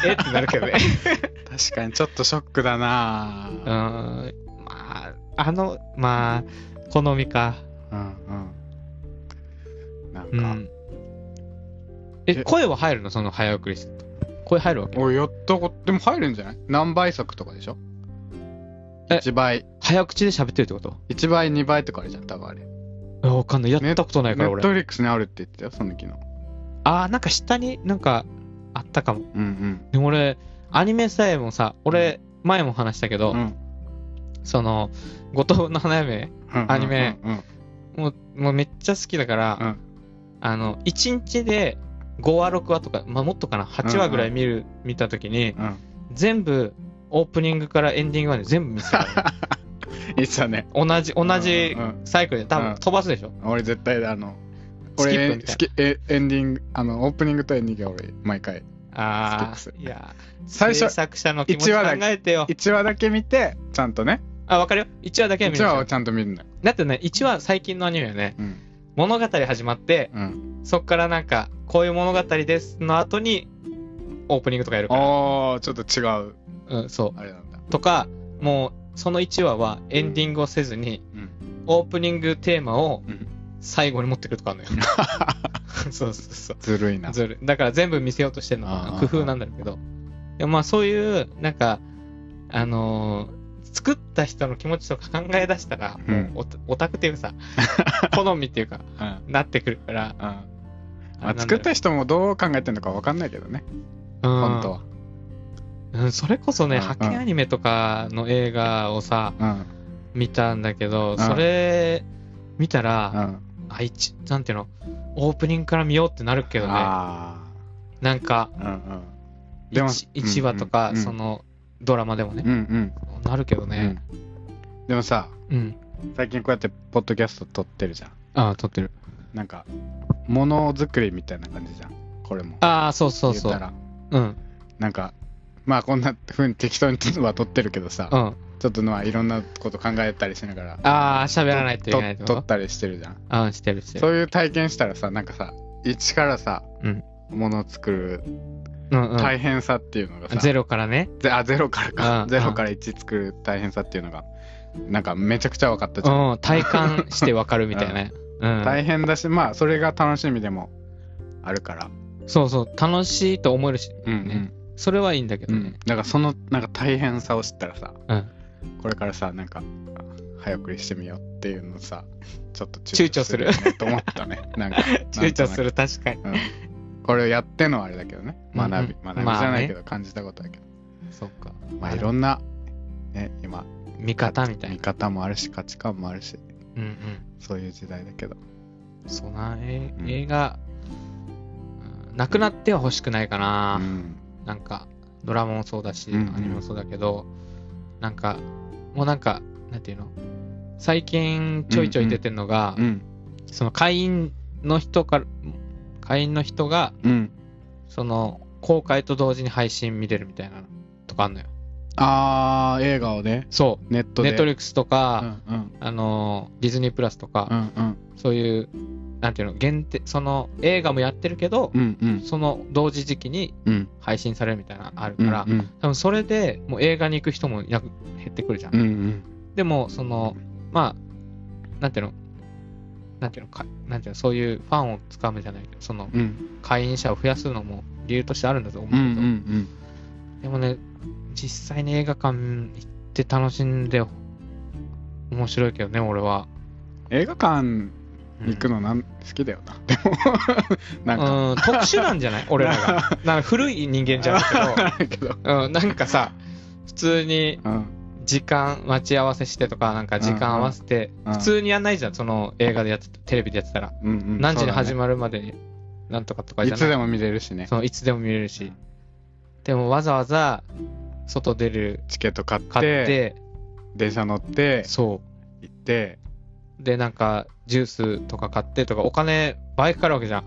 [SPEAKER 1] えってなる けどね。
[SPEAKER 2] 確かにちょっとショックだな
[SPEAKER 1] うん、まあ、あの、まあ、好みか。
[SPEAKER 2] うんうん。なん
[SPEAKER 1] う
[SPEAKER 2] か、
[SPEAKER 1] ん。え、
[SPEAKER 2] え
[SPEAKER 1] 声は入るのその早送りしてると。声入るわけ
[SPEAKER 2] おいやったことでも入るんじゃない何倍速とかでしょ
[SPEAKER 1] え
[SPEAKER 2] ?1 倍
[SPEAKER 1] 早口で喋ってるってこと
[SPEAKER 2] 1倍2倍とかあるじゃん多分あれ
[SPEAKER 1] えわかんない。やったことな
[SPEAKER 2] ネ
[SPEAKER 1] いから
[SPEAKER 2] ッ
[SPEAKER 1] 俺。
[SPEAKER 2] トフリックスにあるって言ってたよその昨日
[SPEAKER 1] ああ、なんか下になんかあったかも。
[SPEAKER 2] うん
[SPEAKER 1] でも俺、アニメさえもさ、俺、前も話したけ
[SPEAKER 2] う
[SPEAKER 1] ど、
[SPEAKER 2] んうん
[SPEAKER 1] その、後藤の花嫁、
[SPEAKER 2] うん
[SPEAKER 1] アニメ
[SPEAKER 2] うん
[SPEAKER 1] もう、もうめっちゃ好きだから、
[SPEAKER 2] うん
[SPEAKER 1] あの、1日で5話、6話とか、まあ、もっとかな、8話ぐらい見る、見たときに、
[SPEAKER 2] うんうん
[SPEAKER 1] 全部、オープニングからエンディングまで全部見せ た。
[SPEAKER 2] 言ってたね
[SPEAKER 1] 同じ、同じ
[SPEAKER 2] うんうん
[SPEAKER 1] サイクルで、多
[SPEAKER 2] うん
[SPEAKER 1] 分飛ばすでしょ。
[SPEAKER 2] 俺絶対あの
[SPEAKER 1] スキッ
[SPEAKER 2] 俺
[SPEAKER 1] プみた
[SPEAKER 2] エン
[SPEAKER 1] いな
[SPEAKER 2] スキえエンディングあのオープニングとエンディングは俺毎回
[SPEAKER 1] あ
[SPEAKER 2] スキッ
[SPEAKER 1] あ、
[SPEAKER 2] プ
[SPEAKER 1] いや、
[SPEAKER 2] 最初
[SPEAKER 1] 制作者の気持ち
[SPEAKER 2] 一
[SPEAKER 1] 考
[SPEAKER 2] 話だけ
[SPEAKER 1] えてよ。
[SPEAKER 2] 1話だけ見てちゃんとね
[SPEAKER 1] あ、わかるよ。1話だけは見
[SPEAKER 2] 1
[SPEAKER 1] る
[SPEAKER 2] 話をちゃんと見るんだよ
[SPEAKER 1] だってね、1話最近のアニメはね、
[SPEAKER 2] うん
[SPEAKER 1] 物語始まって、
[SPEAKER 2] うん
[SPEAKER 1] そっからなんか、こういう物語ですの後に、オープニングとかやるから。
[SPEAKER 2] ああちょっと違う
[SPEAKER 1] うん、そ
[SPEAKER 2] あれなんだ
[SPEAKER 1] う。とか、もう、その1話はエンディングをせずに、
[SPEAKER 2] うん
[SPEAKER 1] オープニングテーマを
[SPEAKER 2] うん
[SPEAKER 1] 最後に持ってくるとかあ るのよ。そうそうそう
[SPEAKER 2] ずるいな
[SPEAKER 1] ずるい。だから全部見せようとしてるの
[SPEAKER 2] あ
[SPEAKER 1] は
[SPEAKER 2] ー
[SPEAKER 1] 工夫なんだろうけど。いやまあそういう、なんか、あのー作った人の気持ちとか考え出したら、
[SPEAKER 2] うん
[SPEAKER 1] もうオタオタクっていうか さ、好みっていうか、
[SPEAKER 2] うん
[SPEAKER 1] なってくるから。
[SPEAKER 2] うんま
[SPEAKER 1] あれな
[SPEAKER 2] あ
[SPEAKER 1] んだよ
[SPEAKER 2] 作った人もどう考えてるのか分かんないけどね、
[SPEAKER 1] 本
[SPEAKER 2] 本当は。
[SPEAKER 1] うん、それこそね、
[SPEAKER 2] うんうん
[SPEAKER 1] 派遣アニメとかの映画をさ、
[SPEAKER 2] うん。
[SPEAKER 1] 見たんだけど、
[SPEAKER 2] ん
[SPEAKER 1] それ見た
[SPEAKER 2] う
[SPEAKER 1] ら、
[SPEAKER 2] ん。
[SPEAKER 1] あ、一、なんていうの、オープニングから見ようってなるけどね、
[SPEAKER 2] あ
[SPEAKER 1] なんか、
[SPEAKER 2] あ。うんうん。でも
[SPEAKER 1] 一一話とか、
[SPEAKER 2] うんうん
[SPEAKER 1] その、ドラマでも
[SPEAKER 2] う
[SPEAKER 1] ね、
[SPEAKER 2] んうん
[SPEAKER 1] なるけど
[SPEAKER 2] う
[SPEAKER 1] ね、
[SPEAKER 2] ん。でもさ、
[SPEAKER 1] うん。
[SPEAKER 2] 最近こうやってポッドキャスト撮ってるじゃん。
[SPEAKER 1] ああ、撮ってる。
[SPEAKER 2] なんか、ものづくりみたいな感じじゃん。これも。
[SPEAKER 1] ああ、そうそうそ
[SPEAKER 2] 言った
[SPEAKER 1] う。う
[SPEAKER 2] ら、
[SPEAKER 1] ん、
[SPEAKER 2] なんか、まあこんな風に適当には撮ってるけどさ、
[SPEAKER 1] うん。あ
[SPEAKER 2] ちょっとまあいろんなこと考えたりしながら、
[SPEAKER 1] あ、喋らないといけないってこ
[SPEAKER 2] と撮
[SPEAKER 1] と
[SPEAKER 2] ったりしてるじゃん。
[SPEAKER 1] ああ、してるして
[SPEAKER 2] そ
[SPEAKER 1] る。
[SPEAKER 2] ういう体験したらさ、なんかさ、一からさ、
[SPEAKER 1] うん
[SPEAKER 2] ものを作る
[SPEAKER 1] うんうん。
[SPEAKER 2] 大変さっていうのがさ、
[SPEAKER 1] ゼロからね。
[SPEAKER 2] ゼ あゼロからか、
[SPEAKER 1] うん
[SPEAKER 2] ゼロから1作る大変さっていうのがなんかめちゃくちゃ分かったじゃん、
[SPEAKER 1] うん、体感してわかるみたいなね。 うん。
[SPEAKER 2] 大変だしまあそれが楽しみでもあるから、
[SPEAKER 1] そうそう、楽しいと思えるし、
[SPEAKER 2] うんうん
[SPEAKER 1] ねそれはいいんだけ
[SPEAKER 2] う
[SPEAKER 1] ど
[SPEAKER 2] ん
[SPEAKER 1] ね。
[SPEAKER 2] だからそのなんか大変さを知ったらさ
[SPEAKER 1] うん。
[SPEAKER 2] これからさなんか早送りしてみようっていうのさちょっと
[SPEAKER 1] 躊躇する
[SPEAKER 2] よねと思っ たねなんか
[SPEAKER 1] 躊躇する、確かに。
[SPEAKER 2] なんとなくうんこれをやってのはあれだけどね学び、
[SPEAKER 1] うんうん
[SPEAKER 2] 学びじゃないけど感じたことだけど、
[SPEAKER 1] そっか。
[SPEAKER 2] まあいろんな、ね、今
[SPEAKER 1] 見方みたい
[SPEAKER 2] 見
[SPEAKER 1] な。
[SPEAKER 2] 方もあるし価値観もあるし
[SPEAKER 1] うんうん。
[SPEAKER 2] そういう時代だけど
[SPEAKER 1] そうな、え
[SPEAKER 2] うん
[SPEAKER 1] 映画、うんなくなっては欲しくないか
[SPEAKER 2] う
[SPEAKER 1] な。
[SPEAKER 2] ん
[SPEAKER 1] なんか、ドラマもそうだし、
[SPEAKER 2] うんうん
[SPEAKER 1] アニメもそうだけど、なんか、もうなんか、なんていうの最近ちょいちょい出てるのが
[SPEAKER 2] う、ん
[SPEAKER 1] その会員の人から、会員の人が、
[SPEAKER 2] うん
[SPEAKER 1] その、公開と同時に配信見れるみたいなのとかあんのよ。
[SPEAKER 2] あー映画をね
[SPEAKER 1] そ
[SPEAKER 2] ネット
[SPEAKER 1] う。
[SPEAKER 2] で
[SPEAKER 1] ネットフリックスとか、
[SPEAKER 2] うんうん
[SPEAKER 1] あの、ディズニープラスと
[SPEAKER 2] う
[SPEAKER 1] か、
[SPEAKER 2] んうん
[SPEAKER 1] そういうなんていうの、限定、その映画もやってるけど、
[SPEAKER 2] うんうん
[SPEAKER 1] その同時時期に
[SPEAKER 2] うん
[SPEAKER 1] 配信されるみたいなのあるか
[SPEAKER 2] うん
[SPEAKER 1] ら、
[SPEAKER 2] うん
[SPEAKER 1] 多分それでもう映画に行く人もいなく減ってくるじゃん。
[SPEAKER 2] うんうん
[SPEAKER 1] でも、その、まあ、なんていうの、なんていうのか、なんていうの、そういうファンをつかむじゃないけど、その
[SPEAKER 2] うん
[SPEAKER 1] 会員者を増やすのも理由としてあるんだと思う
[SPEAKER 2] うんう
[SPEAKER 1] けど、
[SPEAKER 2] ん
[SPEAKER 1] でもね、実際に映画館行って楽しんで、面白いけどね、俺は。
[SPEAKER 2] 映画館
[SPEAKER 1] うん
[SPEAKER 2] 行くのなん好きだよなでも なんか
[SPEAKER 1] うん、特殊なんじゃない 俺らが。なんか古い人間じゃない
[SPEAKER 2] あるけど
[SPEAKER 1] けど、うん、なんかさ、普通に
[SPEAKER 2] うん
[SPEAKER 1] 時間待ち合わせしてとか、なんか時間合わせて、
[SPEAKER 2] うんうん
[SPEAKER 1] 普通にやんないじゃん、その映画でやってた、テレビでやってたら。
[SPEAKER 2] うんうん
[SPEAKER 1] 何時に始
[SPEAKER 2] ま
[SPEAKER 1] まるまでに、なんとかとか
[SPEAKER 2] い
[SPEAKER 1] じゃ
[SPEAKER 2] つ
[SPEAKER 1] ない
[SPEAKER 2] でも見れるしね
[SPEAKER 1] そういつでも見れるし。でもわざわざ、外出る、
[SPEAKER 2] チケット買って
[SPEAKER 1] 買って、
[SPEAKER 2] 電車乗って
[SPEAKER 1] そ
[SPEAKER 2] 行って
[SPEAKER 1] う。で、なんか、ジュースとか買ってとか、お金倍かかるわけじゃん。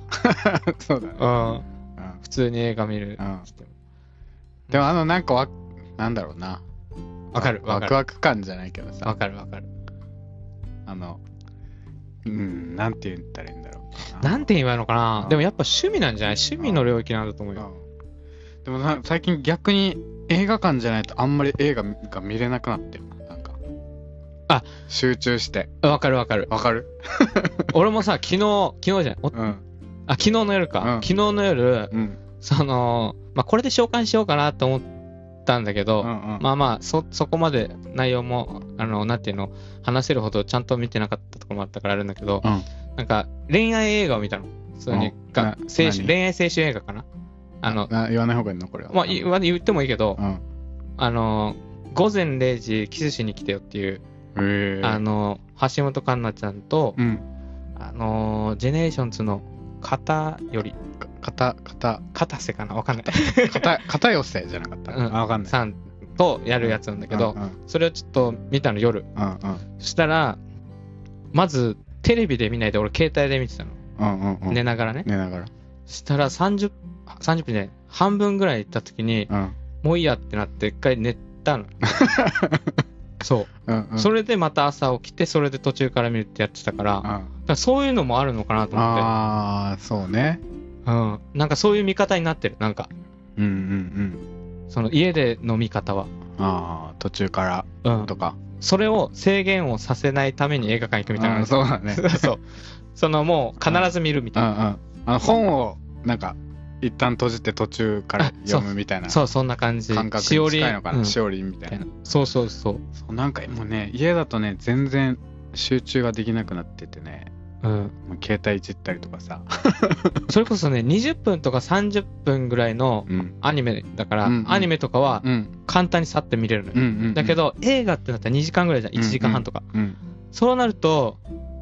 [SPEAKER 2] そうだね
[SPEAKER 1] うん。
[SPEAKER 2] うん
[SPEAKER 1] 普通に映画見る。
[SPEAKER 2] うんでもあのなんかわなんだろうな
[SPEAKER 1] わかるわ
[SPEAKER 2] ワ
[SPEAKER 1] か
[SPEAKER 2] ク
[SPEAKER 1] る。
[SPEAKER 2] ワク感じゃないけど
[SPEAKER 1] わ
[SPEAKER 2] さ
[SPEAKER 1] かるわかる。
[SPEAKER 2] あのうんなんて言ったらいいんだろう
[SPEAKER 1] なんて言えばいいのかな、
[SPEAKER 2] うん
[SPEAKER 1] でもやっぱ趣味なんじゃない趣味の領域なんだと思うよ。
[SPEAKER 2] うんでもな最近逆に映画館じゃないとあんまり映画が見れなくなってるなんか
[SPEAKER 1] あ
[SPEAKER 2] 集中して
[SPEAKER 1] わかるわかる。
[SPEAKER 2] わかる
[SPEAKER 1] 俺もさ、昨日、昨日じゃない、お
[SPEAKER 2] うん
[SPEAKER 1] あ、昨日の夜か。
[SPEAKER 2] うん
[SPEAKER 1] 昨日の夜、
[SPEAKER 2] うん
[SPEAKER 1] その、まあ、これで召喚しようかなと思ったんだけ
[SPEAKER 2] う
[SPEAKER 1] ど、
[SPEAKER 2] んうん
[SPEAKER 1] まあまあ、そ、そこまで内容も、あの、なんていうの、話せるほどちゃんと見てなかったところもあったからあるんだけど、
[SPEAKER 2] うん
[SPEAKER 1] なんか、恋愛映画を見たの。普通に、
[SPEAKER 2] うん
[SPEAKER 1] が
[SPEAKER 2] な
[SPEAKER 1] 青春
[SPEAKER 2] 何
[SPEAKER 1] 恋愛青春映画かな。あの、
[SPEAKER 2] な言わない方がいいのこれは
[SPEAKER 1] まあ、言わ言ってもいいけど、
[SPEAKER 2] うん
[SPEAKER 1] あの、午前0時キスしに来てよっていう、
[SPEAKER 2] へえ
[SPEAKER 1] あの、橋本環奈ちゃんと、
[SPEAKER 2] うん
[SPEAKER 1] あのー、ジェネレーションズの片より、
[SPEAKER 2] か片片
[SPEAKER 1] 片瀬かなわかんない。
[SPEAKER 2] 片片寄せじ ゃなかった
[SPEAKER 1] うん
[SPEAKER 2] あわかんない
[SPEAKER 1] さんとやるやつなんだけど
[SPEAKER 2] う、んうん
[SPEAKER 1] それをちょっと見たの夜。
[SPEAKER 2] うんうん
[SPEAKER 1] そしたら、まず、テレビで見ないで俺携帯で見てたの。
[SPEAKER 2] うんうんうん
[SPEAKER 1] 寝ながらね。
[SPEAKER 2] 寝ながら
[SPEAKER 1] そしたら30、30分じゃない、半分ぐらい行った時に、
[SPEAKER 2] うん
[SPEAKER 1] もういいやってなって一回寝た の。そう。
[SPEAKER 2] うんうん
[SPEAKER 1] それでまた朝起きて、それで途中から見るってやってたから、
[SPEAKER 2] うん
[SPEAKER 1] だからそういうのもあるのかなと思って。
[SPEAKER 2] ああそうね
[SPEAKER 1] うん。なんかそういう見方になってる。なんか、
[SPEAKER 2] うんうん
[SPEAKER 1] その家での見方は。
[SPEAKER 2] うんああ途中から
[SPEAKER 1] うん
[SPEAKER 2] と。か
[SPEAKER 1] それを制限をさせないために映画館行くみたいな感
[SPEAKER 2] うん
[SPEAKER 1] じ。そ
[SPEAKER 2] そうだね
[SPEAKER 1] う そう。そのもう必ず見るみ
[SPEAKER 2] うん
[SPEAKER 1] た
[SPEAKER 2] う
[SPEAKER 1] い
[SPEAKER 2] ん
[SPEAKER 1] な。
[SPEAKER 2] あの本をなんか一旦閉じて途中から
[SPEAKER 1] あ
[SPEAKER 2] 読むみたいな
[SPEAKER 1] そう、そんな感じ。
[SPEAKER 2] 感覚
[SPEAKER 1] しお
[SPEAKER 2] に
[SPEAKER 1] り
[SPEAKER 2] 近いのか
[SPEAKER 1] う
[SPEAKER 2] なんしおりみ
[SPEAKER 1] み
[SPEAKER 2] たい
[SPEAKER 1] たい
[SPEAKER 2] な
[SPEAKER 1] なそうそうそう。
[SPEAKER 2] そうなんかもうね家だとね全然集中ができなくなっててね
[SPEAKER 1] うん。
[SPEAKER 2] もう携帯いじったりとかさ
[SPEAKER 1] それこそね、20分とか30分ぐらいの
[SPEAKER 2] うん
[SPEAKER 1] アニメだから、
[SPEAKER 2] うんうん
[SPEAKER 1] アニメとかは
[SPEAKER 2] うん
[SPEAKER 1] 簡単に去って見れるのよ。
[SPEAKER 2] うんうん
[SPEAKER 1] だけど、映画ってなったら2時間ぐらいじゃん。1時間半とか。
[SPEAKER 2] うん
[SPEAKER 1] そうなると、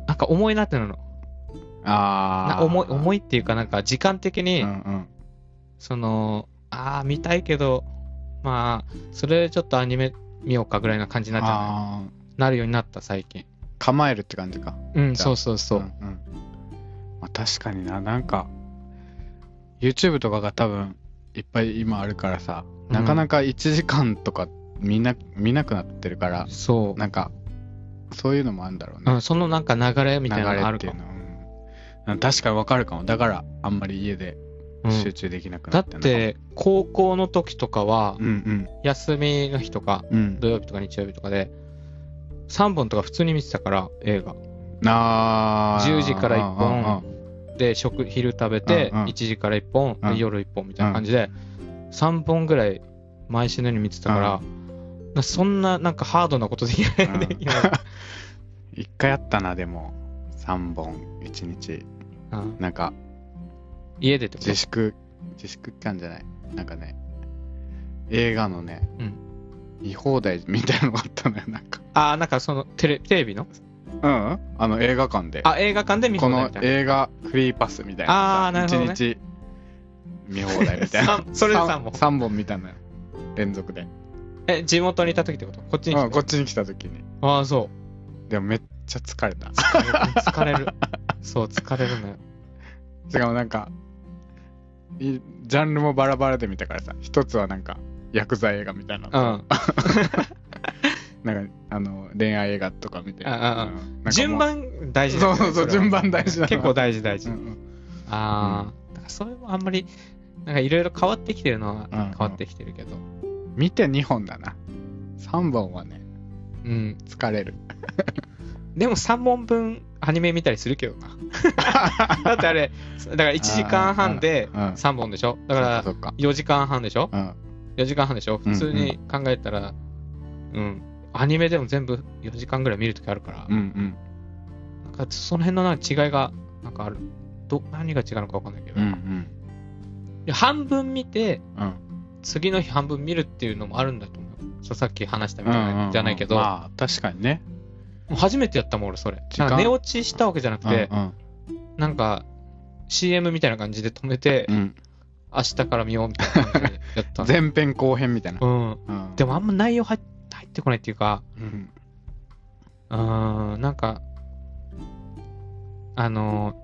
[SPEAKER 1] なんか重いなってなるの。
[SPEAKER 2] あ
[SPEAKER 1] な
[SPEAKER 2] あ
[SPEAKER 1] 重い、
[SPEAKER 2] い
[SPEAKER 1] 重いっていうかなんか時間的に、
[SPEAKER 2] うんうん
[SPEAKER 1] その、ああ、見たいけど、まあ、それちょっとアニメ見ようかぐらいな感じになっちゃうね。
[SPEAKER 2] ああ
[SPEAKER 1] なるようになった最近。
[SPEAKER 2] 構えるって感じか
[SPEAKER 1] うん、
[SPEAKER 2] じゃあ
[SPEAKER 1] そうそうそうう。
[SPEAKER 2] んうんまあ、確かにななんか YouTube とかが多分いっぱい今あるからさ、
[SPEAKER 1] うん
[SPEAKER 2] なかなか1時間とか見な見なくなってるから
[SPEAKER 1] そ
[SPEAKER 2] なんかそういうのもあるんだろう
[SPEAKER 1] う。う
[SPEAKER 2] ね、
[SPEAKER 1] ん、そのなんか流れみ
[SPEAKER 2] 流
[SPEAKER 1] たいなのがあ
[SPEAKER 2] れ
[SPEAKER 1] る
[SPEAKER 2] って
[SPEAKER 1] か
[SPEAKER 2] いう
[SPEAKER 1] も。
[SPEAKER 2] のは、うん確かにわかるかもだからあんまり家で
[SPEAKER 1] うん
[SPEAKER 2] 集中できなく
[SPEAKER 1] だ
[SPEAKER 2] なっ
[SPEAKER 1] って
[SPEAKER 2] んのかも
[SPEAKER 1] て、高校の時とかは
[SPEAKER 2] う、ん
[SPEAKER 1] 休みの日とか、
[SPEAKER 2] うんうん
[SPEAKER 1] 土曜日とか日曜日とかで、3本とか普通に見てたから、映画。
[SPEAKER 2] あー
[SPEAKER 1] 10時から1本
[SPEAKER 2] あーあ
[SPEAKER 1] で、食、昼食べて、
[SPEAKER 2] うんうん
[SPEAKER 1] 1時から1本、
[SPEAKER 2] うん
[SPEAKER 1] 夜1本みたいな感じで、3本ぐらい毎週のように見てたから、なそんななんかハードなことできない
[SPEAKER 2] うん。
[SPEAKER 1] できない
[SPEAKER 2] ー 一回あったなでも3本1日
[SPEAKER 1] うん
[SPEAKER 2] なんか
[SPEAKER 1] 家でってこと
[SPEAKER 2] 自粛自粛期間じゃないなんかね映画のね、
[SPEAKER 1] うん
[SPEAKER 2] 見放題みたいなのがあったのよなんか
[SPEAKER 1] ああ、なんかそのテレテレビの
[SPEAKER 2] うんあの映画館で
[SPEAKER 1] あ、映画館で見
[SPEAKER 2] こ
[SPEAKER 1] 放題
[SPEAKER 2] の
[SPEAKER 1] みたいな。
[SPEAKER 2] 映画フリーパスみたいな
[SPEAKER 1] あーなるほどね
[SPEAKER 2] 1日見放題みたいな
[SPEAKER 1] 三 それで三本
[SPEAKER 2] 3本見たのよ連続で、
[SPEAKER 1] え、地元にいた時ってことこっちに来
[SPEAKER 2] うん、
[SPEAKER 1] て
[SPEAKER 2] こっちに来た時に
[SPEAKER 1] ああ、 そ
[SPEAKER 2] でもめっちゃ疲れた
[SPEAKER 1] う。疲れる。疲れるそう、疲れるのよ。
[SPEAKER 2] しかもなんかいジャンルもバラバラで見たからさ一つはなんか薬剤映画みたいなの
[SPEAKER 1] う
[SPEAKER 2] と、
[SPEAKER 1] ん。
[SPEAKER 2] なんか、あの、恋愛映画とか見て。
[SPEAKER 1] あああ
[SPEAKER 2] うんなんかもう
[SPEAKER 1] 順番大事だ
[SPEAKER 2] そ
[SPEAKER 1] よ
[SPEAKER 2] う
[SPEAKER 1] ね
[SPEAKER 2] そうそ
[SPEAKER 1] れ
[SPEAKER 2] う、
[SPEAKER 1] は
[SPEAKER 2] 順番大事なの
[SPEAKER 1] 結構大事大事。
[SPEAKER 2] うんうん
[SPEAKER 1] ああ、だからそれもあんまり、なんかいろいろ変わってきてるのは
[SPEAKER 2] うんうん
[SPEAKER 1] 変わってきてるけど。
[SPEAKER 2] 見て2本だな。3本はね、
[SPEAKER 1] うん。
[SPEAKER 2] 疲れる。
[SPEAKER 1] でも3本分アニメ見たりするけど な。だってあれ、だから1時間半で
[SPEAKER 2] うんうん
[SPEAKER 1] 3本でしょだから
[SPEAKER 2] そっか。
[SPEAKER 1] 4時間半でしょ
[SPEAKER 2] そっか
[SPEAKER 1] ?4 時間半でしょ普通に考えたら、うん。アニメでも全部4時間ぐらい見るときあるから
[SPEAKER 2] うん。う、ん
[SPEAKER 1] なんかその辺のなんか違いが、なんかある。ど、何が違うのかわかんないけど
[SPEAKER 2] うん。う。ん
[SPEAKER 1] で半分見て、
[SPEAKER 2] うん。うん。
[SPEAKER 1] 次の日半分見るっていうのもあるんだと思う。そうさっき話したみ
[SPEAKER 2] う
[SPEAKER 1] たい
[SPEAKER 2] んう
[SPEAKER 1] なんじゃないけど、
[SPEAKER 2] まあ、確かにね。
[SPEAKER 1] もう初めてやったもん、俺、それ。
[SPEAKER 2] 時間
[SPEAKER 1] なんか寝落ちしたわけじゃなくて、
[SPEAKER 2] うん
[SPEAKER 1] なんか、CM みたいな感じで止めて
[SPEAKER 2] う、ん
[SPEAKER 1] 明日から見ようみたいな感じでやった
[SPEAKER 2] うん
[SPEAKER 1] の。
[SPEAKER 2] 前編後編みたいな。
[SPEAKER 1] うん。
[SPEAKER 2] うん
[SPEAKER 1] でも、あんま内容入っ入ってこないっていうか、
[SPEAKER 2] うん
[SPEAKER 1] うーん、なんか、あの、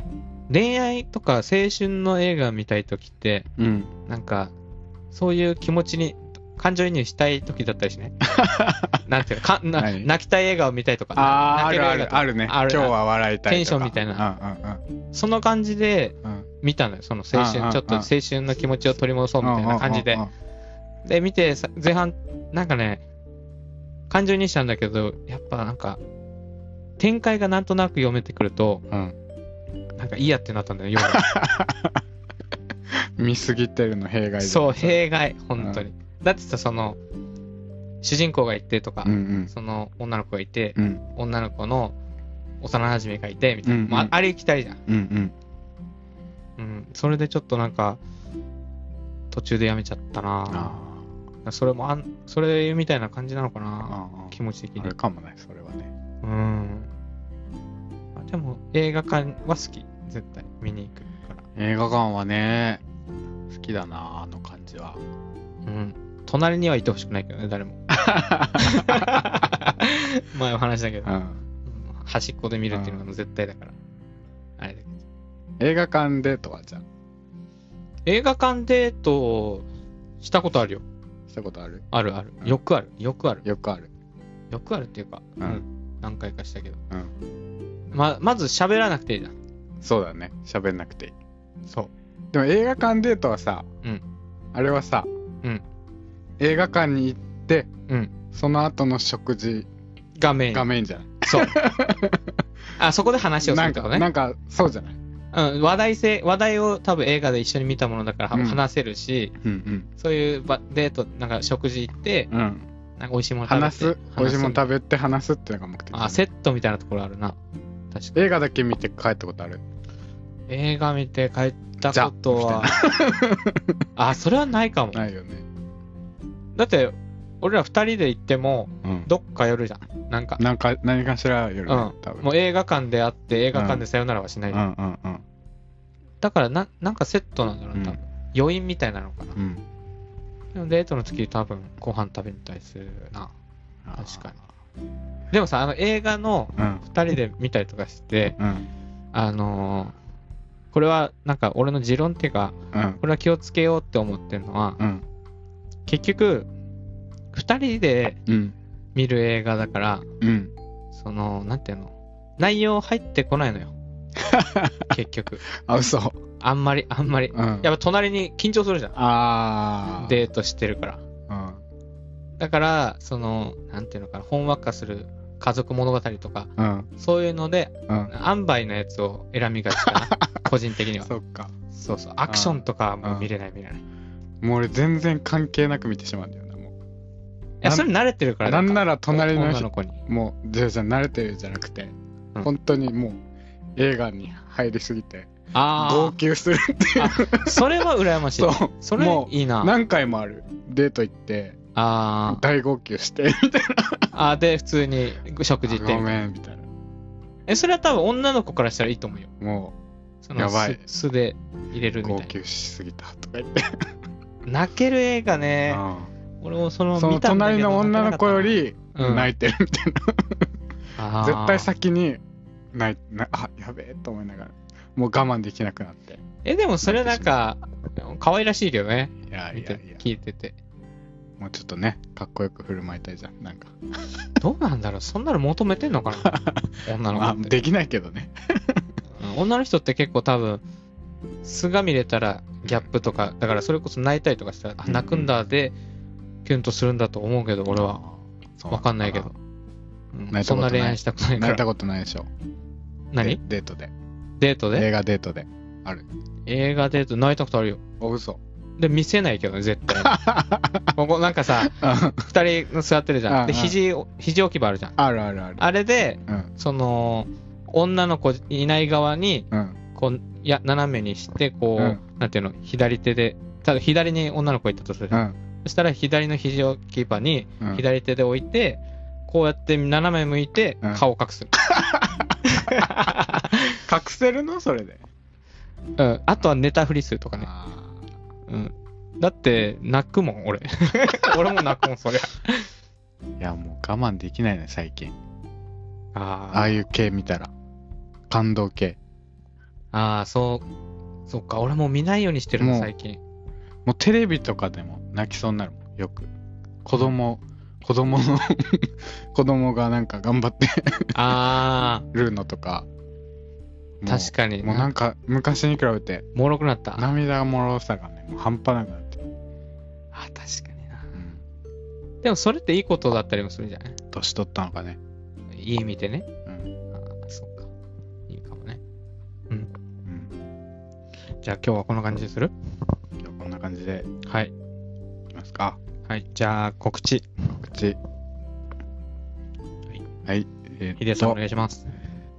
[SPEAKER 1] 恋愛とか青春の映画見たいときって、
[SPEAKER 2] うん。
[SPEAKER 1] なんか、そういう気持ちに、感情移入したいときだったりし ね。なんていうのかな、
[SPEAKER 2] はい
[SPEAKER 1] 泣きたい映画を見たいとか、
[SPEAKER 2] ああー、あ
[SPEAKER 1] 泣け
[SPEAKER 2] るあ
[SPEAKER 1] 映画と
[SPEAKER 2] る、
[SPEAKER 1] か
[SPEAKER 2] あるね。
[SPEAKER 1] あ
[SPEAKER 2] 今
[SPEAKER 1] る
[SPEAKER 2] 日は笑いたいとか。
[SPEAKER 1] テンションみたい
[SPEAKER 2] な。うん
[SPEAKER 1] その感じで
[SPEAKER 2] うんうんうん。
[SPEAKER 1] 見たのよ。その青
[SPEAKER 2] うんうんう
[SPEAKER 1] 春、
[SPEAKER 2] ん
[SPEAKER 1] ちょっと青春の気持ちを取り戻そうみたいな感じで
[SPEAKER 2] うん。うんうん
[SPEAKER 1] で、見て、さ前半、なんかね、感情にしたんだけど、やっぱなんか、展開がなんとなく読めてくると、
[SPEAKER 2] うん
[SPEAKER 1] なんかいいやってなったんだよ、 夜は
[SPEAKER 2] 見すぎてるの弊害
[SPEAKER 1] そう、
[SPEAKER 2] 弊
[SPEAKER 1] 弊害、本当に。だってさ、その、主人公がいてとか、
[SPEAKER 2] うんうん
[SPEAKER 1] その女の子がいて、
[SPEAKER 2] うん
[SPEAKER 1] 女の子の幼馴染がいて、みたいな。
[SPEAKER 2] うんうん
[SPEAKER 1] もうあありきたりじゃん。
[SPEAKER 2] うん
[SPEAKER 1] うん。それでちょっとなんか、途中でやめちゃったな
[SPEAKER 2] うん。あ
[SPEAKER 1] それもあん、それみたいな感じなのか
[SPEAKER 2] ー
[SPEAKER 1] な、
[SPEAKER 2] あ
[SPEAKER 1] 気持ち的
[SPEAKER 2] ー。あ
[SPEAKER 1] に
[SPEAKER 2] れ。かもね、それはね。
[SPEAKER 1] うん。あでも、映画館は好き。絶対。見に行くから。
[SPEAKER 2] 映画館はね、好きだな、あの感じは。
[SPEAKER 1] うん。隣にはいてほしくないけどね、誰も。 前お話したけど、
[SPEAKER 2] うん
[SPEAKER 1] うん端っこで見るっていうのが絶対だから。あれだけど。
[SPEAKER 2] 映画館でとかじゃん。
[SPEAKER 1] 映画館デートしたことあるよ。
[SPEAKER 2] したことある
[SPEAKER 1] あるある。
[SPEAKER 2] うん
[SPEAKER 1] よくある。よくある。
[SPEAKER 2] よくある。
[SPEAKER 1] よくあるっていうか、
[SPEAKER 2] うん
[SPEAKER 1] うん何回かしたけど。
[SPEAKER 2] う
[SPEAKER 1] ま、まず喋らなくていいじゃん。
[SPEAKER 2] そうだね、喋んなくていい。
[SPEAKER 1] そう。
[SPEAKER 2] でも映画館デートはさ、
[SPEAKER 1] うん
[SPEAKER 2] あれはさ、
[SPEAKER 1] うん
[SPEAKER 2] 映画館に行って、
[SPEAKER 1] うん
[SPEAKER 2] その後の食事
[SPEAKER 1] 画面。
[SPEAKER 2] がメインじゃない、
[SPEAKER 1] そう。あ、そこで話をす
[SPEAKER 2] な
[SPEAKER 1] るっ
[SPEAKER 2] ん
[SPEAKER 1] て
[SPEAKER 2] か
[SPEAKER 1] ことね。
[SPEAKER 2] なんかそうじゃない、
[SPEAKER 1] うん、話題性、話題を多分映画で一緒に見たものだから
[SPEAKER 2] うん
[SPEAKER 1] 話せるし、
[SPEAKER 2] うん
[SPEAKER 1] そういう場デート、なんか食事行って、
[SPEAKER 2] うんうん、
[SPEAKER 1] なんか美味しいもの食べて。
[SPEAKER 2] 話す美味しいもの
[SPEAKER 1] べ
[SPEAKER 2] 食べて話すっていうのが目的だね、
[SPEAKER 1] あ、セットみたいなところあるな。確かに。
[SPEAKER 2] 映画だけ見て帰ったことある
[SPEAKER 1] 映画見て帰ったことは。あ、それはないかも。
[SPEAKER 2] ないよね、
[SPEAKER 1] だって、俺ら二人で行っても、
[SPEAKER 2] うん、
[SPEAKER 1] どっか寄るじゃん。なんか。
[SPEAKER 2] なんか何かしらより、
[SPEAKER 1] う
[SPEAKER 2] ね
[SPEAKER 1] ん
[SPEAKER 2] 多分
[SPEAKER 1] もう映画館であって、映画館でさよならはしない。
[SPEAKER 2] うんうんうん
[SPEAKER 1] だからな、なんかセットなんだろう
[SPEAKER 2] う
[SPEAKER 1] な、
[SPEAKER 2] ん
[SPEAKER 1] 多分。余韻みたいなのかな。
[SPEAKER 2] うん
[SPEAKER 1] でもデートの時多分ご飯食べに行ったりするな。確かに。でもさ、あの映画の
[SPEAKER 2] うん
[SPEAKER 1] 2人で見たりとかして、
[SPEAKER 2] うん
[SPEAKER 1] あのーこれはなんか俺の持論っていうか、
[SPEAKER 2] うん
[SPEAKER 1] これは気をつけようって思ってるのは、
[SPEAKER 2] うん
[SPEAKER 1] 結局、2人で
[SPEAKER 2] うん
[SPEAKER 1] 見る映画だから、
[SPEAKER 2] うん
[SPEAKER 1] その、なんていうの、内容入ってこないの よ。結局。
[SPEAKER 2] あ嘘
[SPEAKER 1] あんまり、あんまり。
[SPEAKER 2] うん
[SPEAKER 1] やっぱ隣に緊張するじゃん。
[SPEAKER 2] あー
[SPEAKER 1] デートしてるから。
[SPEAKER 2] うん
[SPEAKER 1] だから、その、なんていうのかな、ほんわかする家族物語とか、
[SPEAKER 2] うん
[SPEAKER 1] そういうので、
[SPEAKER 2] うん
[SPEAKER 1] 塩梅のやつを選みがちか な、個人的には。
[SPEAKER 2] そっか
[SPEAKER 1] そうそう、アクションとかはもう見れない、見れない。い
[SPEAKER 2] もう俺全然関係なく見てしまうんだよなもう
[SPEAKER 1] や、
[SPEAKER 2] なん
[SPEAKER 1] それ慣れてるから
[SPEAKER 2] なんな
[SPEAKER 1] ら、
[SPEAKER 2] ら隣の
[SPEAKER 1] 女
[SPEAKER 2] 人
[SPEAKER 1] の子に。
[SPEAKER 2] もうじゃあじゃあ慣れてるじゃなくて、
[SPEAKER 1] うん
[SPEAKER 2] 本当にもう映画に入りすぎて号
[SPEAKER 1] あ
[SPEAKER 2] 泣するっていう
[SPEAKER 1] あ、それは羨ましい。
[SPEAKER 2] そう
[SPEAKER 1] それ
[SPEAKER 2] もう
[SPEAKER 1] いいな。
[SPEAKER 2] 何回もあるデート行って
[SPEAKER 1] あー
[SPEAKER 2] 大号泣してみたい
[SPEAKER 1] あー、で、普通に食事行
[SPEAKER 2] な
[SPEAKER 1] って
[SPEAKER 2] ご
[SPEAKER 1] みたい
[SPEAKER 2] め
[SPEAKER 1] なん
[SPEAKER 2] みたいな
[SPEAKER 1] え、それは多分女の子からしたらいいと思うよ。
[SPEAKER 2] も
[SPEAKER 1] その
[SPEAKER 2] やばい
[SPEAKER 1] 素素で入れ
[SPEAKER 2] う
[SPEAKER 1] るみ
[SPEAKER 2] 号
[SPEAKER 1] たい
[SPEAKER 2] 泣しすぎたとか言って、
[SPEAKER 1] な。泣ける映画ね。
[SPEAKER 2] う
[SPEAKER 1] 俺もその
[SPEAKER 2] んその
[SPEAKER 1] 見たんだけ
[SPEAKER 2] 隣
[SPEAKER 1] ど
[SPEAKER 2] の女の子よ、り
[SPEAKER 1] うん
[SPEAKER 2] 泣いてるみたいな、絶対
[SPEAKER 1] さ
[SPEAKER 2] 先に泣いなあやべえと思いながらもう我慢できなくなって
[SPEAKER 1] え、でもそれなんか、可愛らしいけどね。
[SPEAKER 2] いやい
[SPEAKER 1] 見
[SPEAKER 2] や
[SPEAKER 1] て
[SPEAKER 2] いや
[SPEAKER 1] 聞いてて。
[SPEAKER 2] もうちょっとね、かっこよく振る舞いたいじゃん。なんか。
[SPEAKER 1] どうなんだろうそんなの求めてんのか な女の子
[SPEAKER 2] まあ、
[SPEAKER 1] って。
[SPEAKER 2] できないけどね。
[SPEAKER 1] うん女の人って結構多分、素が見れたらギャップとか、だからそれこそ泣いたりとかしたら、あ
[SPEAKER 2] うん
[SPEAKER 1] 泣くんだで、キュンとするんだと思うけど、俺は。
[SPEAKER 2] そう
[SPEAKER 1] わかんないけど。うん
[SPEAKER 2] 泣いた
[SPEAKER 1] そ
[SPEAKER 2] こと
[SPEAKER 1] ん
[SPEAKER 2] な
[SPEAKER 1] ない恋愛したくないか
[SPEAKER 2] 泣いた
[SPEAKER 1] ら。
[SPEAKER 2] ことないでしょ。
[SPEAKER 1] 何
[SPEAKER 2] でデートで。
[SPEAKER 1] デートで
[SPEAKER 2] 映画デートで。
[SPEAKER 1] 映画デート泣いたことあるよ。
[SPEAKER 2] お、嘘。
[SPEAKER 1] で、見せないけどね、絶 対。ここなんかさ、
[SPEAKER 2] あ
[SPEAKER 1] 二人座ってるじ
[SPEAKER 2] うん
[SPEAKER 1] ゃ。
[SPEAKER 2] うんん
[SPEAKER 1] で、肘を、肘置き場あるじゃん。
[SPEAKER 2] あるあるある。
[SPEAKER 1] あれで、
[SPEAKER 2] うん。
[SPEAKER 1] その、女の子いない側に、
[SPEAKER 2] うん。
[SPEAKER 1] こう、いや、斜めにして、こう、
[SPEAKER 2] うん
[SPEAKER 1] なんていうの、左手で、ただ左に女の子いたとするじ
[SPEAKER 2] う
[SPEAKER 1] ゃん。
[SPEAKER 2] ん。
[SPEAKER 1] そしたら左の肘置き場に、
[SPEAKER 2] うん、
[SPEAKER 1] 左手で置いて、こうやって斜め向いて
[SPEAKER 2] うん、
[SPEAKER 1] 顔隠す。
[SPEAKER 2] 隠せるのそれで。
[SPEAKER 1] うん。あとは寝たふりするとかね。
[SPEAKER 2] あ
[SPEAKER 1] うん。だって、泣くもん、俺。 俺も泣くもん、そりゃ。
[SPEAKER 2] ーいや、もう我慢できないね、最近。あ
[SPEAKER 1] あ
[SPEAKER 2] あいう系見たら。感動系。
[SPEAKER 1] あー、そう、そっか、俺もう見ないようにしてる
[SPEAKER 2] も
[SPEAKER 1] の、
[SPEAKER 2] う
[SPEAKER 1] 最近。
[SPEAKER 2] もうテレビとかでも泣きそうになるもん、よく。子供、子供の、 子供がなんか頑張って
[SPEAKER 1] あ
[SPEAKER 2] るのとか。
[SPEAKER 1] あ、確かに。
[SPEAKER 2] にもうなんか、昔に比べて、
[SPEAKER 1] もろくなった。あ
[SPEAKER 2] 涙もろさがね、もう半端なくなって。
[SPEAKER 1] ー確かにな
[SPEAKER 2] う。ん。
[SPEAKER 1] でも、それっていいことだったりもするじゃない
[SPEAKER 2] 年取ったのかね。
[SPEAKER 1] いい意味でね。
[SPEAKER 2] うん。
[SPEAKER 1] ああ、そっか。いいかもね。
[SPEAKER 2] うん。
[SPEAKER 1] じゃあ、今日はこんな感じにする
[SPEAKER 2] 今日こんな感じで
[SPEAKER 1] はい。
[SPEAKER 2] いきますか。
[SPEAKER 1] はい。じゃあ、告知。
[SPEAKER 2] 口。はい。えーっと
[SPEAKER 1] ヒデさん、お願いします。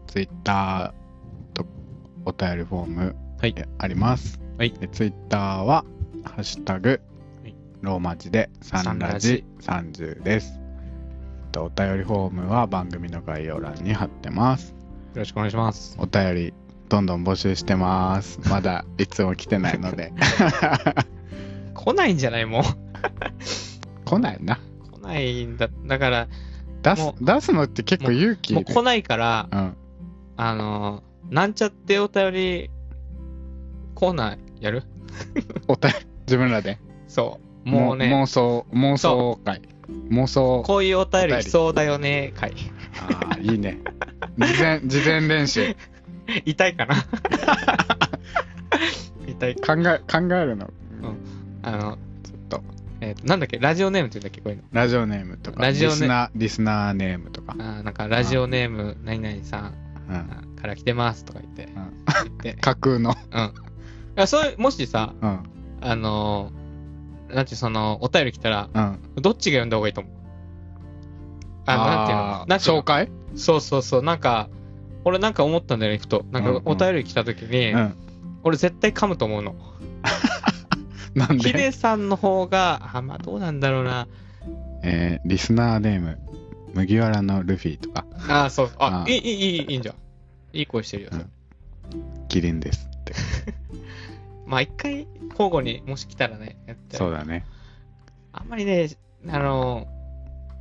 [SPEAKER 2] ツイッターとお便りフォーム、
[SPEAKER 1] はい
[SPEAKER 2] えあります。
[SPEAKER 1] はい
[SPEAKER 2] でツイッターは、ハッシュタグ、
[SPEAKER 1] はい
[SPEAKER 2] ローマ字でサンラジ30です。とお便りフォームは番組の概要欄に貼ってます。
[SPEAKER 1] よろしくお願いします。
[SPEAKER 2] お便りどんどん募集してます。まだいつも来てない ので。
[SPEAKER 1] 来ないんじゃないもう。
[SPEAKER 2] 来ないな。
[SPEAKER 1] 来ないんだ。だから、
[SPEAKER 2] 出す
[SPEAKER 1] も、
[SPEAKER 2] 出すのって結構勇気い
[SPEAKER 1] もう
[SPEAKER 2] る。
[SPEAKER 1] 来ないから、
[SPEAKER 2] うん。
[SPEAKER 1] あのー、なんちゃってお便りコーナーやる
[SPEAKER 2] お便り、自分らで。
[SPEAKER 1] そう。もうね、
[SPEAKER 2] 妄想、妄想会。妄想。
[SPEAKER 1] こういうお便り来そうだよね、回。
[SPEAKER 2] ああ、いいね。事前、事前練習。
[SPEAKER 1] 痛いか な痛いか。
[SPEAKER 2] 考え、考えるの。
[SPEAKER 1] あの、
[SPEAKER 2] ちょっと。
[SPEAKER 1] えーとなんだっけ、ラジオネームって言うんだっけ、こういうの。
[SPEAKER 2] ラジオネームとか、
[SPEAKER 1] ラジオ
[SPEAKER 2] リ
[SPEAKER 1] ネ
[SPEAKER 2] スナー、リスナーネームとか。
[SPEAKER 1] あーなんか、ラジオネーム、何々さん
[SPEAKER 2] うん。
[SPEAKER 1] から来てますとか言って。
[SPEAKER 2] ん
[SPEAKER 1] 言って
[SPEAKER 2] 架空の。
[SPEAKER 1] うん。いや、そういう、もしさ、
[SPEAKER 2] うん。
[SPEAKER 1] あのー、なんていうその、お便り来たら、
[SPEAKER 2] うん。
[SPEAKER 1] どっちが読んだ方がいいと思うあの、なんていうの
[SPEAKER 2] ー
[SPEAKER 1] なんていう
[SPEAKER 2] 紹介
[SPEAKER 1] のそうそうそう、なんか、俺なんか思ったんだよね、ふと。なん
[SPEAKER 2] うんう
[SPEAKER 1] か
[SPEAKER 2] ん、
[SPEAKER 1] お便り来た時に、
[SPEAKER 2] うん。
[SPEAKER 1] 俺絶対噛むと思うの。
[SPEAKER 2] なん
[SPEAKER 1] ヒ
[SPEAKER 2] で
[SPEAKER 1] デさんの方が、あ、まあどうなんだろうな。
[SPEAKER 2] えー、リスナーネーム、麦わらのルフィとか、
[SPEAKER 1] あ、そう、あ
[SPEAKER 2] あ、ー
[SPEAKER 1] いい、いい、いい、いいんじゃん。いい声してるよ、それ
[SPEAKER 2] うんキリンですって。
[SPEAKER 1] まあ一回、交互にもし来たらね、やって。
[SPEAKER 2] そうだね。
[SPEAKER 1] あんまりね、あの、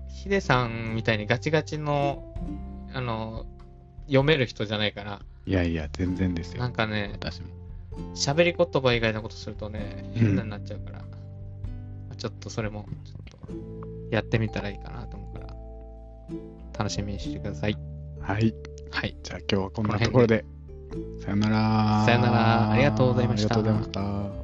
[SPEAKER 1] ヒデさんみたいにガチガチの、あの、読める人じゃないから、
[SPEAKER 2] いやいや、全然です
[SPEAKER 1] な
[SPEAKER 2] よ
[SPEAKER 1] ん。かね、
[SPEAKER 2] 私も。
[SPEAKER 1] 喋り言葉以外のことするとね、
[SPEAKER 2] うん
[SPEAKER 1] 変なになっちゃうから、ちょっとそれも、ちょっと、やってみたらいいかなと思うから、楽しみにしてください。
[SPEAKER 2] はい。
[SPEAKER 1] はい。
[SPEAKER 2] じゃあ今日はこんなところで。さよなら。
[SPEAKER 1] さよならありがとうございました
[SPEAKER 2] ありがとうございました。